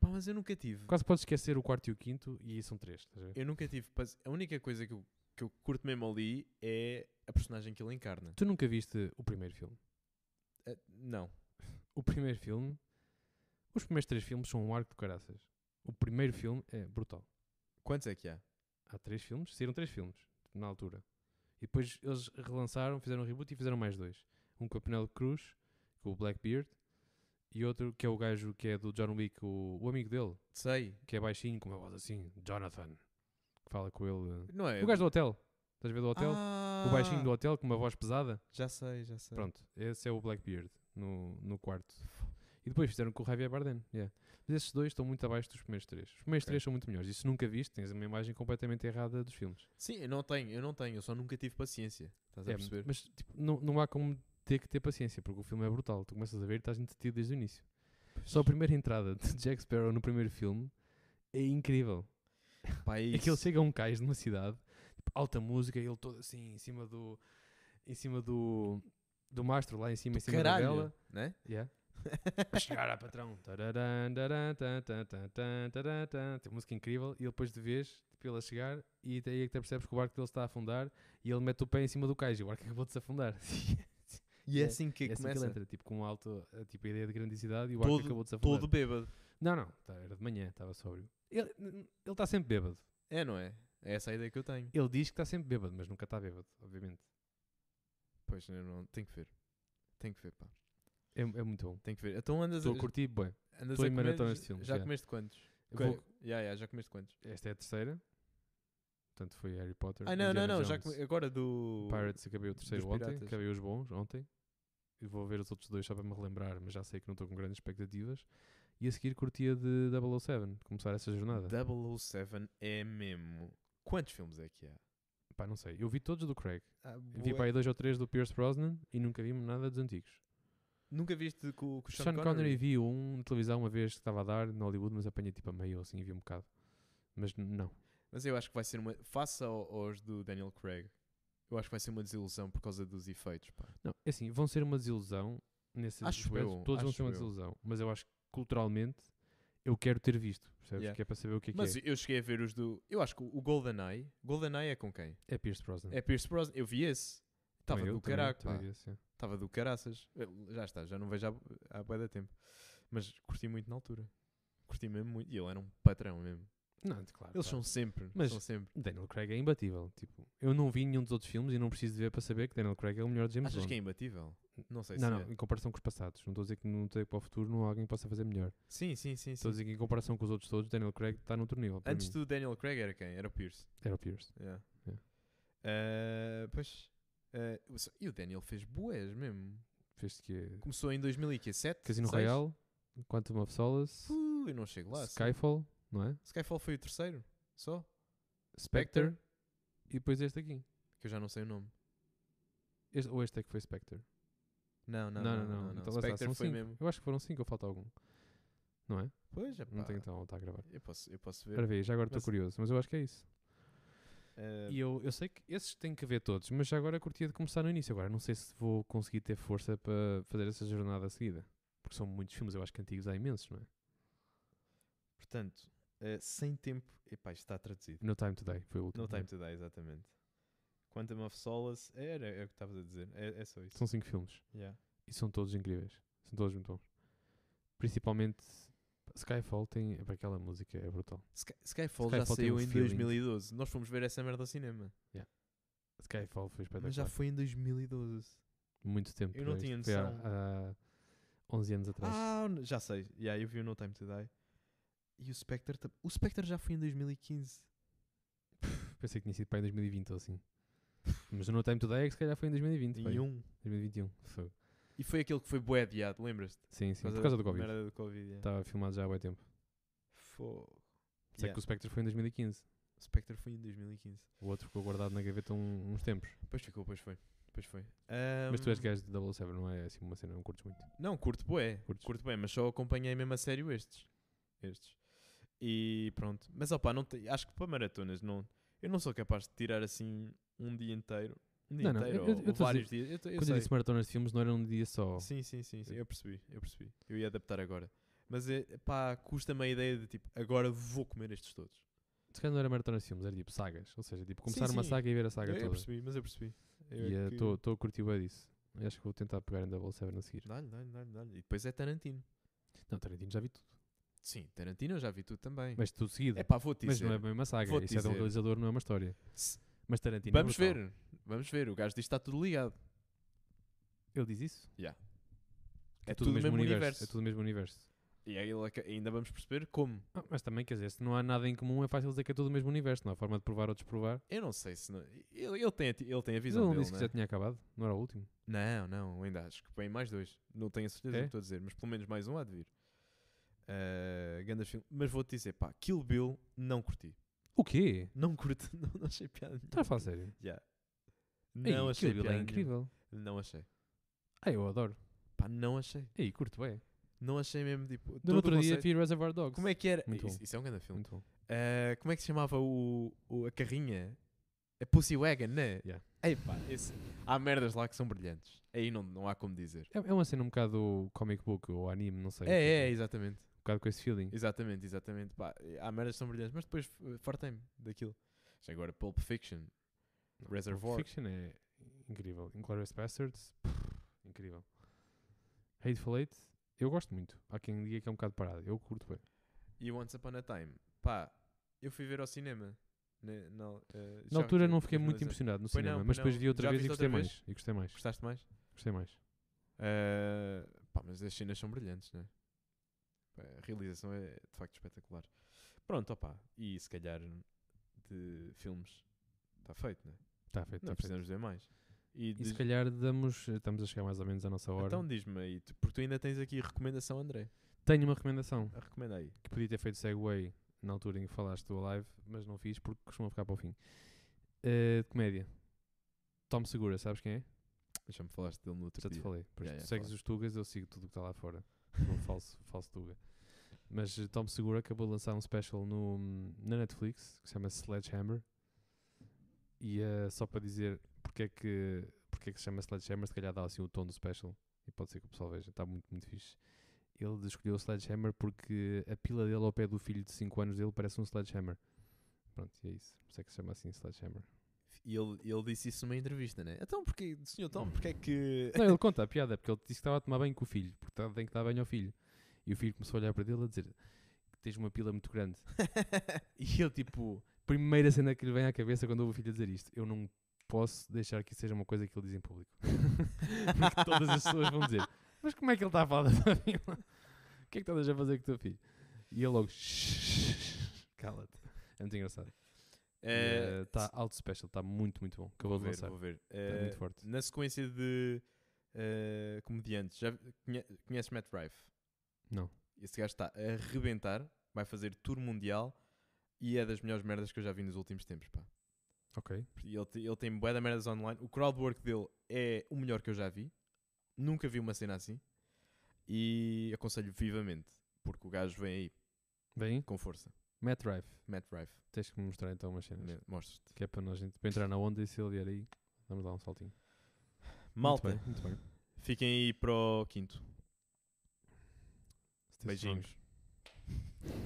S1: pá, mas eu nunca tive.
S2: Quase podes esquecer o quarto e o quinto e são três, estás a ver?
S1: Eu nunca tive. pas- A única coisa que eu, que eu curto mesmo ali é a personagem que ele encarna.
S2: Tu nunca viste o primeiro filme?
S1: Eh, não.
S2: O primeiro filme, os primeiros três filmes são um arco de caraças. O primeiro filme é brutal.
S1: Quantos é que há?
S2: Há três filmes, saíram três filmes na altura. E depois eles relançaram, fizeram um reboot e fizeram mais dois. Um com a Penélope Cruz, com o Blackbeard, e outro que é o gajo que é do John Wick, o, o amigo dele,
S1: Sei.
S2: que é baixinho, com uma voz assim, Jonathan, que fala com ele.
S1: Não é?
S2: eh. O gajo do hotel, estás a ver do hotel?
S1: Ah,
S2: O baixinho do hotel com uma voz pesada.
S1: Já sei, já sei.
S2: Pronto, esse é o Blackbeard no, no quarto. E depois fizeram com o Javier Bardem. Yeah. Mas esses dois estão muito abaixo dos primeiros três. Os primeiros
S1: Ok.
S2: três são muito melhores. E se nunca viste, tens uma imagem completamente errada dos filmes.
S1: Sim, eu não tenho, eu não tenho, eu só nunca tive paciência. Estás a
S2: É,
S1: perceber?
S2: Mas tipo, não, não há como ter que ter paciência, porque o filme é brutal. Tu começas a ver e estás entretido desde o início. Só a primeira entrada de Jack Sparrow no primeiro filme é incrível.
S1: Pá, é
S2: É que ele
S1: isso.
S2: chega a um cais de uma cidade, tipo, alta música, e ele todo assim em cima do. em cima do. do mastro lá em cima, em cima
S1: Caralho,
S2: da vela.
S1: né?
S2: Yeah. a chegar a patrão. tá, Tararam, taram, tan, tan, tan, tan, taram, tan. tá. Tem música incrível. E ele depois de vez, tipo, ele a chegar, e daí é que te percebes que o barco dele está a afundar e ele mete o pé em cima do cais e o barco acabou de se afundar.
S1: E é
S2: é-
S1: assim que
S2: é assim que ele
S1: começa.
S2: entra, tipo, com um alto, eh, tipo, a ideia de grandicidade e o barco
S1: Todo-
S2: acabou de se afundar.
S1: Todo bêbado.
S2: Não, não, tá, era de manhã, estava sóbrio. Ele ele está sempre bêbado.
S1: É, não é? É essa a ideia que eu tenho.
S2: Ele diz que está sempre bêbado, mas nunca está bêbado, obviamente.
S1: Pois, eu não, tenho que ver. Tenho que ver, pá.
S2: É, é muito bom.
S1: Tenho que ver. Então andas
S2: Estou a curtir, bem.
S1: andas
S2: tô
S1: a
S2: em
S1: comer-
S2: maratonas de filmes,
S1: Já
S2: já.
S1: comeste quantos?
S2: Eu vou-
S1: Co- Ya, ya, já comeste quantos?
S2: Esta é a terceira. Portanto, foi Harry Potter.
S1: Ah, não, não,
S2: Indiana
S1: não. Já
S2: Jones.
S1: come- Agora do.
S2: Pirates acabei o terceiro
S1: dos
S2: ontem,
S1: piratas.
S2: acabei os bons ontem. E vou ver os outros dois só para me relembrar, mas já sei que não estou com grandes expectativas. E a seguir curtia de 007, começar essa jornada.
S1: 007 é mesmo. Quantos filmes é que há?
S2: Pá, não sei. Eu vi todos do Craig.
S1: Ah,
S2: Vi
S1: bué.
S2: para aí dois ou três do Pierce Brosnan e nunca vi nada dos antigos.
S1: Nunca viste com, com o Sean,
S2: Sean Connery vi um na televisão uma vez que estava a dar na Hollywood, mas apanhei tipo a meio ou assim e vi um bocado. Mas n- não.
S1: Mas eu acho que vai ser uma. Faça ao- aos do Daniel Craig. Eu acho que vai ser uma desilusão por causa dos efeitos, pá.
S2: Não, é assim, vão ser uma desilusão nesse
S1: Acho
S2: aspecto,
S1: eu,
S2: todos vão
S1: acho
S2: ser uma
S1: eu.
S2: desilusão, mas eu acho que culturalmente eu quero ter visto, percebes?
S1: Yeah.
S2: Que é para saber o que é
S1: Mas
S2: que
S1: eu cheguei a ver os do. Eu acho que o GoldenEye. GoldenEye é com quem?
S2: é. É Pierce Brosnan.
S1: É Pierce Brosnan. Eu vi esse.
S2: Também
S1: Estava do
S2: eu, também eu,
S1: caraco,
S2: também
S1: pá.
S2: vi esse, é.
S1: Estava do caraças. Eu- Já está, já não vejo há, há bué da tempo. Mas curti muito na altura. Curti mesmo muito. E ele era um patrão mesmo.
S2: Não, de- claro.
S1: Eles são
S2: claro.
S1: sempre.
S2: Ah, Mas-
S1: são sempre.
S2: Daniel Craig é imbatível. Tipo, eu não vi nenhum dos outros filmes e não preciso de ver para saber que Daniel Craig é o melhor de James
S1: Achas que
S2: Bond.
S1: é imbatível? Não sei
S2: não,
S1: se
S2: não,
S1: é.
S2: em comparação com os passados. Não estou a dizer que não tenho para o futuro não há alguém que possa fazer melhor.
S1: Sim, sim, sim.
S2: Estou a
S1: sim.
S2: dizer que em comparação com os outros todos, Daniel Craig está no nível. para
S1: Antes
S2: mim. É.
S1: do Daniel Craig era quem? Era o Pierce.
S2: Era o Pierce.
S1: Yeah.
S2: Yeah.
S1: Eh, pois. eh, o so- e o Daniel fez boés mesmo.
S2: Fez que é
S1: Começou em 2007.
S2: Casino
S1: seis?
S2: Royale, Quantum of Solace,
S1: Uh, eu não chego lá. sim.
S2: Skyfall, não é?
S1: Skyfall foi o terceiro. Só. Spectre.
S2: Spectre e depois este aqui.
S1: Que eu já não sei o nome.
S2: Este, ou este é que foi Spectre?
S1: Não, não,
S2: Não,
S1: não.
S2: não, não. Então, lá está,
S1: Spectre
S2: são
S1: foi
S2: cinco.
S1: mesmo.
S2: Eu acho que foram cinco ou falta algum. Não é?
S1: Pois, é
S2: Não tenho então, ele está a gravar.
S1: Eu posso, eu posso ver.
S2: Para ver, já agora estou
S1: Mas-
S2: curioso, mas eu acho que é isso.
S1: Eh,
S2: E eu, eu sei que esses tenho que ver todos, mas já agora curtia de começar no início. Agora não sei se vou conseguir ter força para fazer essa jornada a seguida. Porque são muitos filmes, eu acho que antigos há imensos, não é?
S1: portanto, eh, sem tempo. Epá, isto está traduzido.
S2: No Time Today foi o último.
S1: No
S2: não é?
S1: Time to Die, exatamente. Quantum of Solace. Era, é o que estavas a dizer. É, é só isso.
S2: São cinco filmes.
S1: Yeah.
S2: E são todos incríveis. São todos muito bons. Principalmente Skyfall tem epá, aquela música, é brutal.
S1: Sky- Skyfall, já
S2: Skyfall tem
S1: saiu
S2: um
S1: em
S2: feeling.
S1: 2012. Nós fomos ver essa merda ao cinema.
S2: Skyfall foi espetacular.
S1: Mas já foi em 2012.
S2: Muito tempo.
S1: Eu não
S2: depois.
S1: tinha
S2: Foi há-
S1: noção.
S2: há 11 anos atrás.
S1: Ah, n- já sei. Yeah, eu vi o No Time to Die. E o Spectre também. O Spectre já foi em 2015.
S2: pensei que tinha sido para em 2020 ou assim. Mas o No Time Today é que se calhar foi em 2020. pai.
S1: E, um.
S2: 2021. Fogo.
S1: e foi aquele que foi bué adiado, lembras-te?
S2: Sim, sim. Por causa do
S1: da
S2: Covid. Tá.
S1: merda do Covid, yeah.
S2: Estava filmado já há bem tempo.
S1: Fogo.
S2: Sei
S1: Yeah.
S2: que o Spectre foi em 2015.
S1: O Spectre foi em 2015.
S2: O outro ficou guardado na gaveta um- uns tempos.
S1: Pois ficou, pois foi. Pois foi.
S2: Mas tu és
S1: Ahm,
S2: gajo de 007, não é assim uma cena, não curtes muito.
S1: Não, curto bué,
S2: Curtes?
S1: curto bué, mas só acompanhei mesmo a sério estes. Estes. E pronto. Mas opá, não te- acho que para maratonas não, eu não sou capaz de tirar assim um dia inteiro. Um dia
S2: Não, não,
S1: inteiro
S2: eu-
S1: ou,
S2: eu- eu
S1: ou
S2: tô a
S1: vários dias. Eu, tô- eu
S2: Quando
S1: sei.
S2: eu disse maratonas de filmes, não era um dia só.
S1: Sim, sim, sim, sim, eu percebi, eu percebi. Eu ia adaptar agora. Mas é, pá, custa-me a ideia de tipo, agora vou comer estes todos.
S2: Se calhar não era maratonas de filmes, era tipo sagas. Ou seja, tipo começar uma
S1: sim.
S2: saga e ver a saga
S1: eu, eu
S2: toda.
S1: percebi, mas eu percebi. Eu é
S2: E
S1: que-
S2: estou a curtir bem disso. Eu Acho que vou tentar pegar em 007 a seguir.
S1: Dá-lhe, dá-lhe, dá-lhe, dá-lhe. E depois é Tarantino.
S2: Não, Tarantino já vi tudo.
S1: Sim, Tarantino eu já vi tudo também.
S2: Mas tudo seguido.
S1: é pá, vou-te
S2: mas
S1: dizer.
S2: não é bem uma saga.
S1: Vou-te
S2: Isso é de um
S1: dizer.
S2: realizador, não é uma história.
S1: Se-
S2: Mas Tarantino é
S1: Vamos
S2: brutal.
S1: ver, vamos ver. O gajo diz que está tudo ligado.
S2: Ele diz isso?
S1: Yeah.
S2: É, tudo o mesmo, universo. É tudo o mesmo universo.
S1: E aí ele aca- ainda vamos perceber como.
S2: Ah, mas também, quer dizer, se não há nada em comum, é fácil dizer que é tudo o mesmo universo. Não há forma de provar ou desprovar.
S1: Eu não sei se. Não, ele, ele, tem, a ti- ele tem a
S2: Mas
S1: visão
S2: ele não
S1: dele.
S2: disse que
S1: né?
S2: já tinha acabado. Não era o último.
S1: Não, não, ainda acho que vem mais dois. Não tenho a certeza
S2: É?
S1: do que estou a dizer, mas pelo menos mais um há de vir. Ah, ganda filme. Mas vou-te dizer, pá, Kill Bill não curti.
S2: O quê?
S1: Não curti, não, não achei piada nenhuma.
S2: Estás a falar sério?
S1: Yeah.
S2: Tá Ei,
S1: Não achei
S2: Kill Bill
S1: piada
S2: é
S1: nenhuma.
S2: incrível.
S1: Não achei.
S2: Ah, eu adoro.
S1: Pá, não achei.
S2: Ei, curto bem.
S1: Não achei mesmo, tipo... todo
S2: No
S1: o
S2: outro dia
S1: conceito-
S2: vi Reservoir Dogs.
S1: Como é que era?
S2: Muito
S1: Isso,
S2: bom.
S1: isso é um grande filme.
S2: Muito bom.
S1: Ah, como é que se chamava o, o- a carrinha? A Pussy Wagon, né?
S2: Yeah.
S1: Ei, pá, esse- há merdas lá que são brilhantes. Aí não, não há como dizer.
S2: É, é uma cena um bocado comic book ou anime, não sei.
S1: É, é,
S2: tipo,
S1: exatamente.
S2: Um bocado com esse feeling.
S1: Exatamente, exatamente. Pá, há merdas que são brilhantes, mas depois eh, fartei-me daquilo. Já agora, Pulp Fiction.
S2: Não,
S1: Reservoir.
S2: Pulp Fiction é incrível. Inglourious Bastards, pff, incrível. Hateful Eight, eu gosto muito. Há quem diga que é um bocado parado. Eu curto bem.
S1: E Once Upon a Time. Pá, eu fui ver ao cinema. Na, na, eh, já
S2: Na altura
S1: que-
S2: não fiquei
S1: que
S2: muito
S1: finalizar.
S2: impressionado no
S1: Pois
S2: cinema,
S1: não, pois
S2: mas depois
S1: não.
S2: vi outra
S1: Já
S2: vez e
S1: viste
S2: gostei
S1: outra vez?
S2: mais. E gostei mais.
S1: Gostaste mais?
S2: Gostei mais.
S1: Eh, pá, mas as cenas são brilhantes, né? Pá, A realização é de facto espetacular. Pronto, opá. E se calhar de filmes está feito, né?
S2: Está feito,
S1: Não
S2: tá feito.
S1: precisamos ver mais. E,
S2: E
S1: de-
S2: se calhar damos, eh, estamos a chegar mais ou menos à nossa hora.
S1: então diz-me aí, tu- porque tu ainda tens aqui recomendação, André.
S2: Tenho uma recomendação
S1: Ah, Recomenda aí.
S2: que podia ter feito segue na altura em que falaste do Alive, mas não fiz porque costuma ficar para o fim. Eh, de comédia. Tom Segura, sabes quem é?
S1: Já me falaste dele no outro
S2: Já te
S1: dia.
S2: falei. Pois
S1: Já,
S2: tu
S1: já
S2: segues
S1: falaste.
S2: os Tugas, eu sigo tudo o que está lá fora. Sou um falso, falso Tuga. Mas eh, Tom Segura acabou de lançar um special no, na Netflix que se chama Sledgehammer. E eh, só para dizer porque é, que, porque é que se chama Sledgehammer, se calhar dá assim o tom do special. E pode ser que o pessoal veja, está muito, muito fixe. Ele escolheu o Sledgehammer porque a pila dele ao pé do filho de 5 anos dele parece um Sledgehammer. Pronto, e é isso. Por isso é que se chama assim Sledgehammer.
S1: E ele, ele disse isso numa entrevista, né? Então, porque, senhor Tom, porque é que.
S2: Não, ele conta a piada, é porque ele disse que estava a tomar banho com o filho, porque tá- tem que dar banho ao filho. E o filho começou a olhar para dele a dizer que tens uma pila muito grande. E ele, tipo, primeira cena que lhe vem à cabeça quando ouve o filho a dizer isto, eu não posso deixar que isso seja uma coisa que ele diz em público. porque todas as pessoas vão dizer, mas como é que ele está a falar da tua pila? O que é que estás a fazer com o teu filho? E ele logo, "Shhh, cala-te. É muito engraçado.
S1: Eh,
S2: Está alto special, está muito, muito bom.
S1: vou
S2: Acabou de
S1: ver,
S2: lançar.
S1: vou ver.
S2: Está
S1: Eh,
S2: muito forte.
S1: na sequência de eh, comediantes, já conhe- conheces Matt Rife?
S2: Não.
S1: Esse gajo está a arrebentar, vai fazer tour mundial e é das melhores merdas que eu já vi nos últimos tempos, pá.
S2: Ok.
S1: E Ele, te- ele tem bué de merdas online. O crowdwork dele é o melhor que eu já vi. Nunca vi uma cena assim. E aconselho vivamente, porque o gajo vem aí
S2: Bem,
S1: com força.
S2: Matt Rife.
S1: Matt Rife,
S2: Tens que me mostrar então umas cenas.
S1: né, mostra-te.
S2: Que é para nós gente, para entrar na onda e se ele vier aí, vamos dar um saltinho.
S1: Malta,
S2: Muito bem. Muito bem.
S1: fiquem aí para o quinto.
S2: Beijinhos.
S1: Beijinhos.